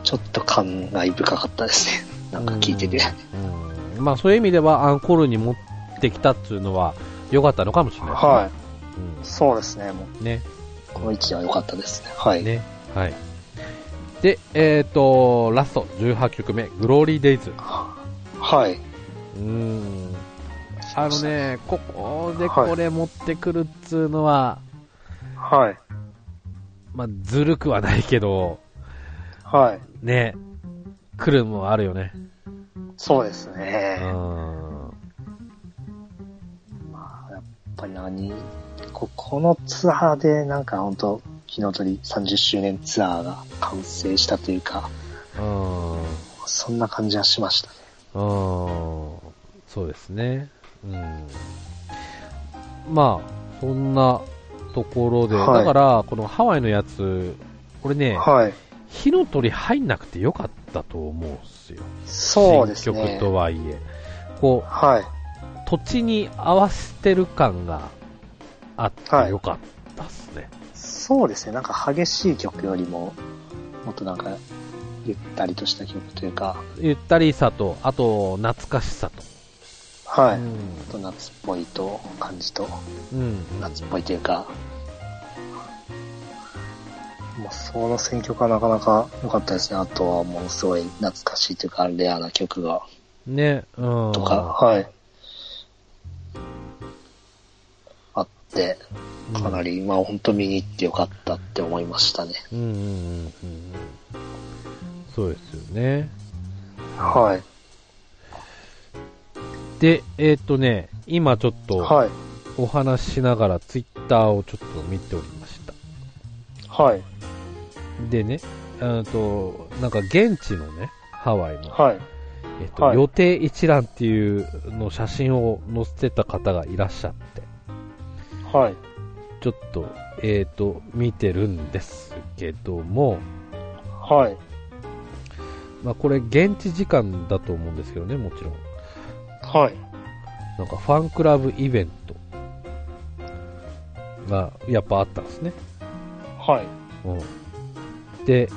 B: ちょっと感慨深かったですね。なんか聞いてて。
A: うん。まあそういう意味ではアンコールに持ってきたっていうのは良かったのかもしれないですね。
B: はい。そうですね。もう
A: い。ね。
B: この位置は良かったですね。はい。
A: ね。はい。で、えっ、と、ラスト18曲目、グローリーデイズ。
B: はい。
A: うん。あのね、ここで
B: はい
A: これ持ってくるっつうのは、
B: はい。
A: まあずるくはないけど、
B: はい。
A: ね、来るもあるよね。
B: そうです
A: う
B: ね。
A: ん。
B: まあ、やっぱり何ここのツアーでなんか本当日の鳥30周年ツアーが完成したというか、
A: うん。
B: そんな感じはしましたね。
A: うん。そうですね。うん。まあ、そんなところで、
B: は
A: だ
B: い
A: から、このハワイのやつ、これね、
B: はい。
A: 火の鳥入んなくてよかったと思うんすよ。
B: そうです
A: 新曲
B: ね。
A: とはいえ。こう、
B: はい。
A: 土地に合わせてる感があってよかったっすね。
B: そうですね。なんか激しい曲よりも、もっとなんか、ゆったりとした曲というか、
A: ゆったりさと、あと、懐かしさと。
B: はい。
A: う
B: ちょ
A: ん
B: っと夏っぽいと、感じと、
A: うん。
B: 夏っぽいというか、もうその選曲はなかなか良かったですね。あとはもうすごい懐かしいというか、レアな曲が、
A: ね、うん。
B: とか、はい。あって、かなり、まあ本当見に行ってよかったって思いましたね。
A: うんうんうんうん。そうですよね。
B: はい。
A: で、えっ、とね、今ちょっと
B: い。
A: お話ししながらツイッターをちょっと見ておりました。
B: はい。
A: でね、うんと、なんか現地のね、ハワイの、
B: はい。
A: えっと
B: はい
A: 予定一覧っていうの写真を載せてた方がいらっしゃって、
B: はい。
A: ちょっと、えっ、と、見てるんですけども、
B: はい。
A: まあこれ現地時間だと思うんですけどね、もちろん。
B: はい。
A: なんかファンクラブイベントがやっぱあったんですね。
B: はい。
A: うん、で、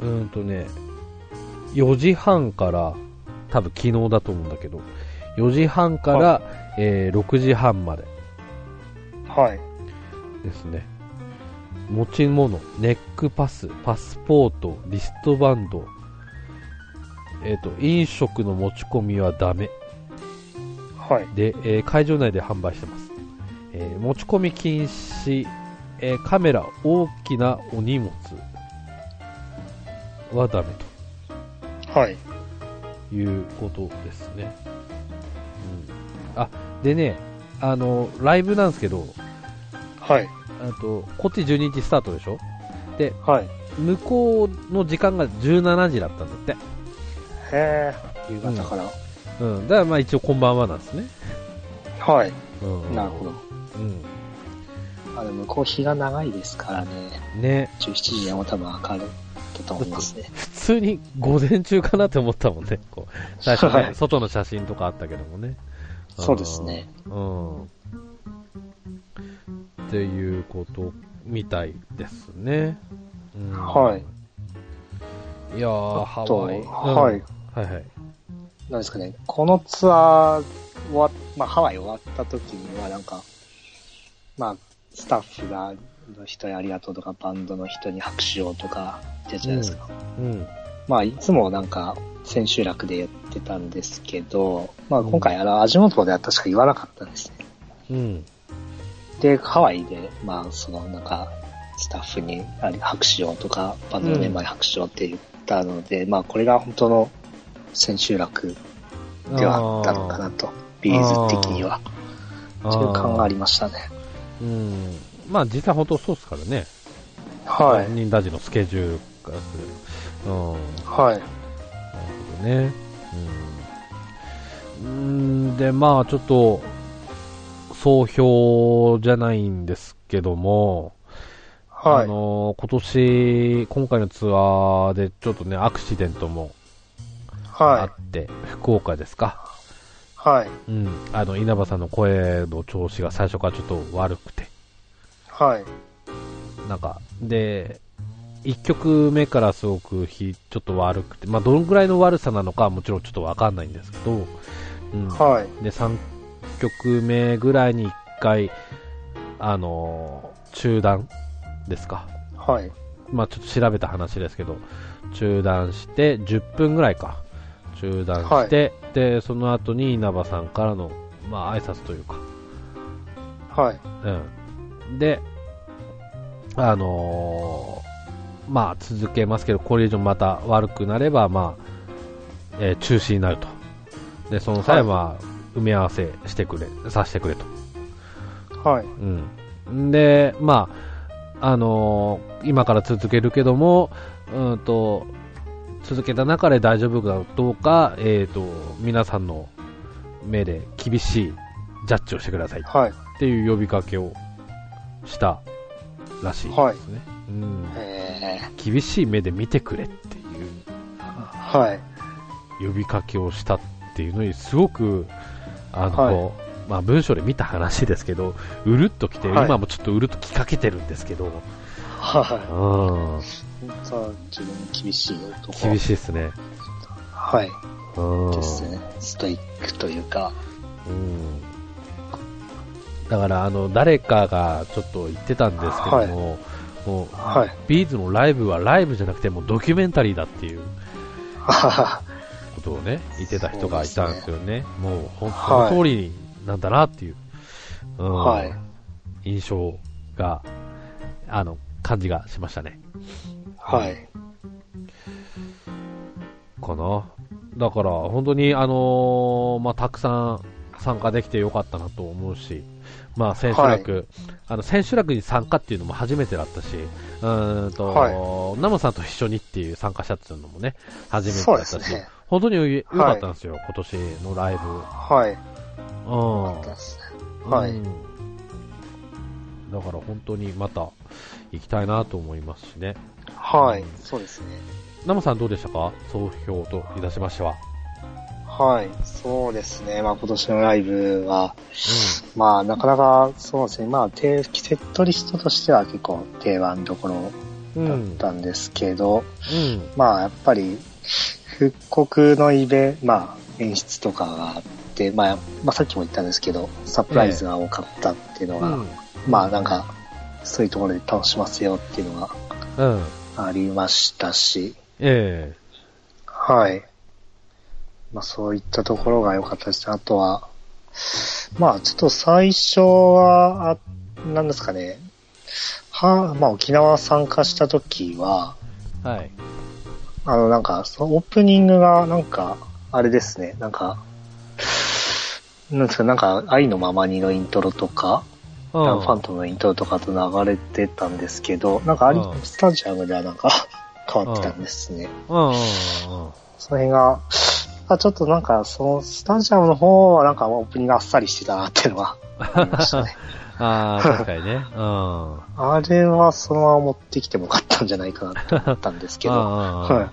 A: うーんとね、4時半から、多分昨日だと思うんだけど、4時半から、
B: は
A: えー6時半まで
B: はい。
A: ですね。持ち物、ネックパス、パスポート、リストバンド、えっ、と、飲食の持ち込みはダメ。
B: はい。
A: で、えー会場内で販売してます、えー持ち込み禁止、えーカメラ大きなお荷物はダメ
B: はい。
A: ということですね、うん、あでねあのライブなんですけど
B: はい。
A: あとこっち12時スタートでしょ
B: はい。
A: 向こうの時間が17時だったんだって、
B: へえ。夕方から。
A: うん、だからまあ一応こんばんはなんですね、
B: はい。
A: うん、
B: なるほど。
A: う
B: あ、でも、こう日が長いですからね。
A: ん、ね
B: 17時でも多分明るいと思いますね。
A: 普通に午前中かなって思ったもんね、こう最初ね、
B: はい
A: 外の写真とかあったけどもね。
B: そうですね。
A: うん。っていうことみたいですね。うん、。
B: はい
A: いやー、
B: あ
A: ハ
B: と、
A: ワイ。うん
B: はい。
A: はいはい。
B: なんですかね、このツアー終わっ、まあ、ハワイ終わった時には、なんか、まあ、スタッフが、の人にありがとうとか、バンドの人に拍手をとか、ってやつじゃないですか。
A: うん。
B: まあ、いつもなんか、千秋楽でやってたんですけど、まあ、今回、あの、味の素では確か言わなかったんですね。
A: うん。
B: で、ハワイで、まあ、その、なんか、スタッフにあり拍手をとか、バンドのメンバーに拍手をって言ったので、まあ、これが本当の千秋楽ではあったのかなと、ビーズ的には。
A: あー。
B: そういう感があ
A: り。
B: りましたね。
A: うん。まあ実際本当そうですからね。
B: は
A: 本。人たちのスケジュールからする。うん。
B: はい。
A: なるほどね。うん。うーん、で、まあ、ちょっと、総評じゃないんですけども、
B: は
A: あ
B: い。
A: の、今年、今回のツアーでちょっとね、アクシデントもあ
B: は
A: って、福岡ですか。
B: い。はい。
A: うん。あの、稲葉さんの声の調子が最初からちょっと悪くて、
B: はい。
A: なんか、で、1曲目からすごくひちょっと悪くて、まあ、どのぐらいの悪さなのかはもちろんちょっとわかんないんですけど、うん、
B: はい。
A: で3曲目ぐらいに1回、あのー中断ですか、
B: はい。
A: まあ、ちょっと調べた話ですけど中断して10分ぐらいか中断して、でその後に稲葉さんからの、まあ挨拶というか、
B: はい。
A: うん、で、あのーまあ、続けますけどこれ以上また悪くなれば、まあえー中止になるとでその際
B: はい
A: は埋め合わせしてくれさせてくれと。
B: はい。
A: うん。で、まあ、あのー今から続けるけども、うんと、続けた中で大丈夫かどうか、えっ、と、皆さんの目で厳しいジャッジをしてくださいっ
B: はい。
A: ていう呼びかけをしたらしいですね。うん。
B: え
A: 厳しい目で見てくれっていう
B: ー、はい。
A: 呼びかけをしたっていうのに、すごく、あの、
B: はい
A: こうまあ文章で見た話ですけど、うるっときて、
B: はい
A: 今もちょっとうるっときかけてるんですけど、
B: は
A: うん
B: い。本当は自分に厳しい男。
A: 厳しいですね。
B: はい。
A: うん
B: ですね。ストイックというか。
A: うんだからあの誰かがちょっと言ってたんですけども、もう
B: はい。
A: ビーズのライブはライブじゃなくてもうドキュメンタリーだっていう
B: は
A: ことをね言ってた人がいたんですよね、もう本
B: はい
A: 当の通りなんだなっていう、うん
B: はい
A: 印象があの感じがしましたね。
B: はい。
A: かな。だから、本当に、あのーまあ、たくさん参加できてよかったなと思うし、まあ、千秋楽、あの千秋楽に参加っていうのも初めてだったし、うーんと、
B: は
A: ナムさんと一緒にっていう参加者っていうのもね、初めてだ
B: そう
A: っ
B: で
A: た
B: す
A: し、
B: ね。
A: 本当に良かったんですよ、今年のライブ。
B: はい。
A: うん。
B: ですねはい
A: うんだから本当にまた行きたいなと思いますしね。。
B: はいう
A: ん
B: そうですね。
A: ナムさんどうでしたか総評といたしましては。
B: はい。そうですね。まあ今年のライブは、まあなかなかそうですね。まあ定セットリストとしては結構定番どころ
A: うん。
B: だ
A: う
B: っ
A: ん。
B: たんですけど、
A: うん。
B: まあやっぱり復刻のイベ、まあ演出とかがあって、まあ、まあさっきも言ったんですけど、サプライズが多かったっていうの
A: う
B: が、
A: ん。
B: まあなんか、そういうところで楽しませようっていうの
A: うん。
B: がありましたし、
A: ええ
B: はい。まあそういったところが良かったですね。あとは、まあちょっと最初は、あなんですかね、は、まあ沖縄参加した時は、
A: はい。
B: あの、なんか、そのオープニングが、なんか、あれですね、なんか、なんですか、なんか、愛のままにのイントロとか、
A: う
B: フ
A: ん。
B: ァントムのイントロとかと流れてたんですけど、なんか、アリ
A: うん
B: スタジアムではなんか、 変わってたんですね。
A: うん。うん。
B: それが、あちょっとなんか、その、スタジアムの方は、なんか、オープニングあっさりしてたなっていうのは、ありまし たね。
A: ああ、確かにね。うん。あ
B: あれは、そのまま持ってきてもよかったんじゃないかなって思ったんですけど、はい
A: あ。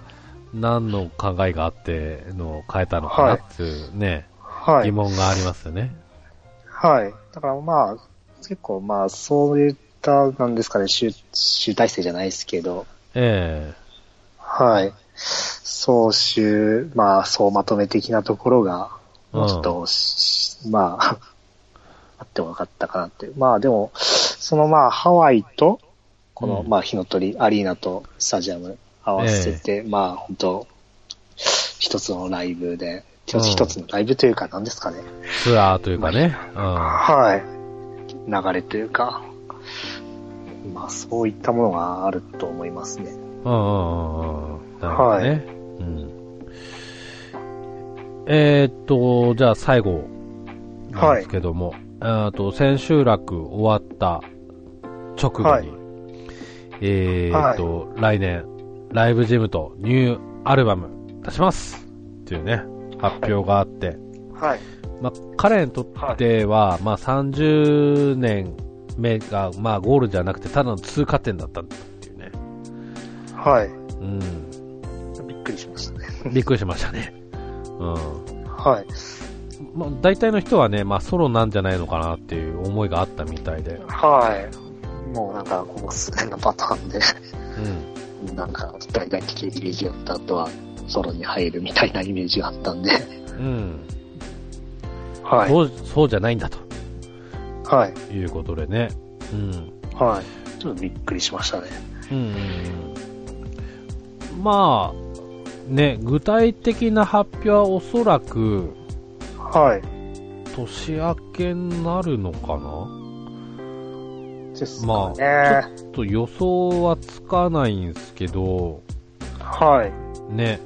A: 何の考えがあっての変えたのかなっていうね、
B: はい。
A: 疑問がありますよね。
B: はい。だからまあ、結構まあ、そういった、なんですかね、集集大成じゃないですけど、
A: え
B: はい。総集、まあ、総まとめ的なところが、
A: え
B: もうちょっと、しまあ、 あってもよかったかなっていう。まあでも、そのまあ、ハワイと、この、
A: うん
B: まあ、火の鳥、アリーナとスタジアム合わせて、まあ、本当一つのライブで、一
A: うん
B: つ一つのライブというか、なんですかね。
A: ツアーというかね。うん。
B: はい。流れというか、まあそういったものがあると思いますね。
A: うんうんうんうん。なるほどね。
B: はい
A: うん。えーっと、じゃあ最後なんですけども、あと千秋楽終わった直後に、
B: はい
A: えーっと、来年、ライブジムとニューアルバム出しますっていうね、発表があって、
B: はい。
A: まあ、彼にとっては、まあ、30年目が、まあ、ゴールじゃなくて、ただの通過点だったっていうね。
B: はい。
A: うん。
B: びっくりしましたね。
A: びっくりしましたね。うん。
B: はい。
A: まあ、大体の人はね、まあ、ソロなんじゃないのかなっていう思いがあったみたいで。
B: はい。もうなんか、この数年のパターンで、
A: うん。
B: なんか、大々的にイメージだった後は、ソロに入るみたいなイメージがあったんで。
A: うん。
B: は。
A: そう、そうじゃないんだと
B: はい。
A: いうことでね。うん。
B: はい。ちょっとびっくりしましたね。
A: うんうんうん。まあ、ね、具体的な発表はおそらく、
B: はい。
A: 年明けになるのかな
B: です
A: まあ、ち
B: ね。
A: ょっと予想はつかないんですけど、
B: はい。
A: ね、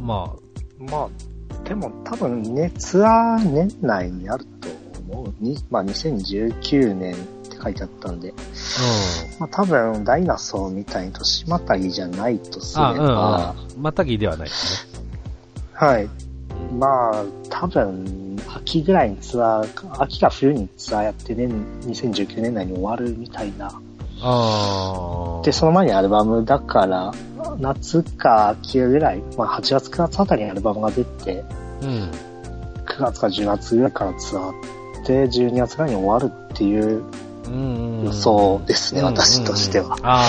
A: うん。ま
B: まあ、でも多分ね、ツアー年内にあると思う。にまあ、2019年って書いてあったんで、
A: あ、うん。
B: まあ多分ダイナソーみたいに年またぎじゃないとすれ
A: あ
B: ば、、
A: うん。またぎではないですね。
B: はい。
A: うん
B: まあ、多分、秋ぐらいにツアー、秋か冬にツアーやって年、2019年内に終わるみたいな。
A: ああ。
B: で、その前にアルバムだから、夏か秋ぐらい、まあ8月9月あたりにアルバムが出て、
A: うん。
B: 9月か10月ぐらいからツアーって、12月ぐらいに終わるっていう
A: うん。
B: 予想ですね、
A: うん
B: 私としては。
A: あ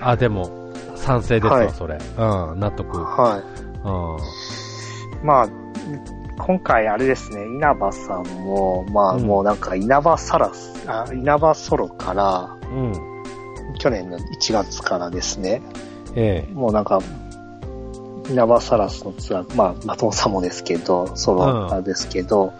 A: あ。あ、でも、賛成です
B: は
A: わ、
B: い
A: それ。うん、納得。うん。
B: はい。まあ、今回あれですね、稲葉さんも、まあ、
A: うん
B: もうなんか稲葉サラス、あ稲葉ソロから、
A: うん。
B: 去年の1月からですね、
A: ええ。
B: もうなんか、稲葉サラスのツアー、まあ、松本さんもですけど、ソロなんですけど、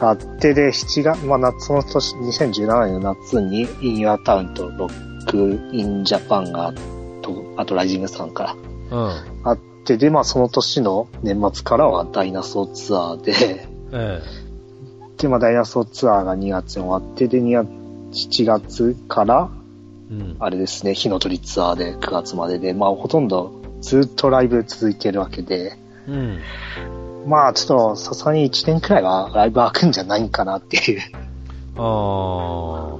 B: あってで、7月、まあ、夏の年、2017年の夏に、イン・ユア・タウンとロック・イン・ジャパンが、と、あと、ライジングさんか
A: うん。
B: あっって、で、まあその年の年末からはダイナソーツアーで、
A: え
B: で、まあダイナソーツアーが2月に終わって、で、2月、7月から、
A: えうん。
B: あれですね、火の鳥ツアーで9月までで、まあほとんどずっとライブ続いてるわけで、
A: うん。
B: まあちょっとさすがに1年くらいはライブ開くんじゃないんかなっていう、
A: あ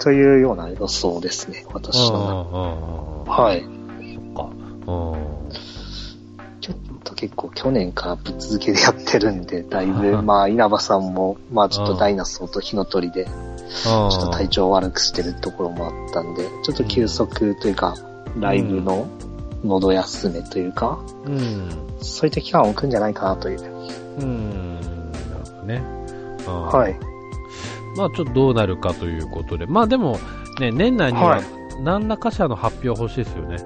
B: というような予想ですね、
A: あ。
B: 私の。
A: ああ。
B: はい。
A: そっか。うん。
B: ちょっと結構去年からぶっ続けでやってるんで、だい ぶ、まあ稲葉さんも、まあちょっとダイナソーと火の鳥で、ち
A: ああ。
B: ょっと体調悪くしてるところもあったんで、ちょっと休息というか、ライブの喉休めというか、
A: うん。
B: そういった期間を置くんじゃないかなという。
A: うん。なるほどね。。
B: はいい。
A: まあちょっとどうなるかということで。まあでも、ね、年内には
B: はい
A: 何らかしらの発表欲しいですよね。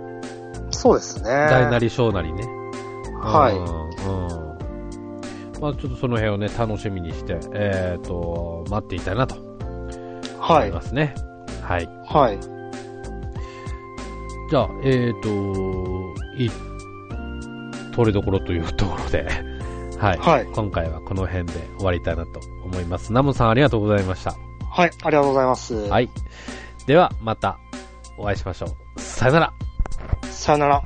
B: そうですね。
A: 大なり小なりね。
B: はい
A: うん。うん。まあちょっとその辺をね、楽しみにして、えっ、と、待っていたいなと
B: は
A: 思い
B: い。
A: ますね。はい。
B: はい。
A: じゃあ、えっ、と、いい、取れどころというところで、 はい。
B: はい。
A: 今回はこの辺で終わりたいなと思います。ナムさんありがとうございました。
B: はい。ありがとうございます。
A: はい。では、またお会いしましょう。さよなら。
B: さよなら。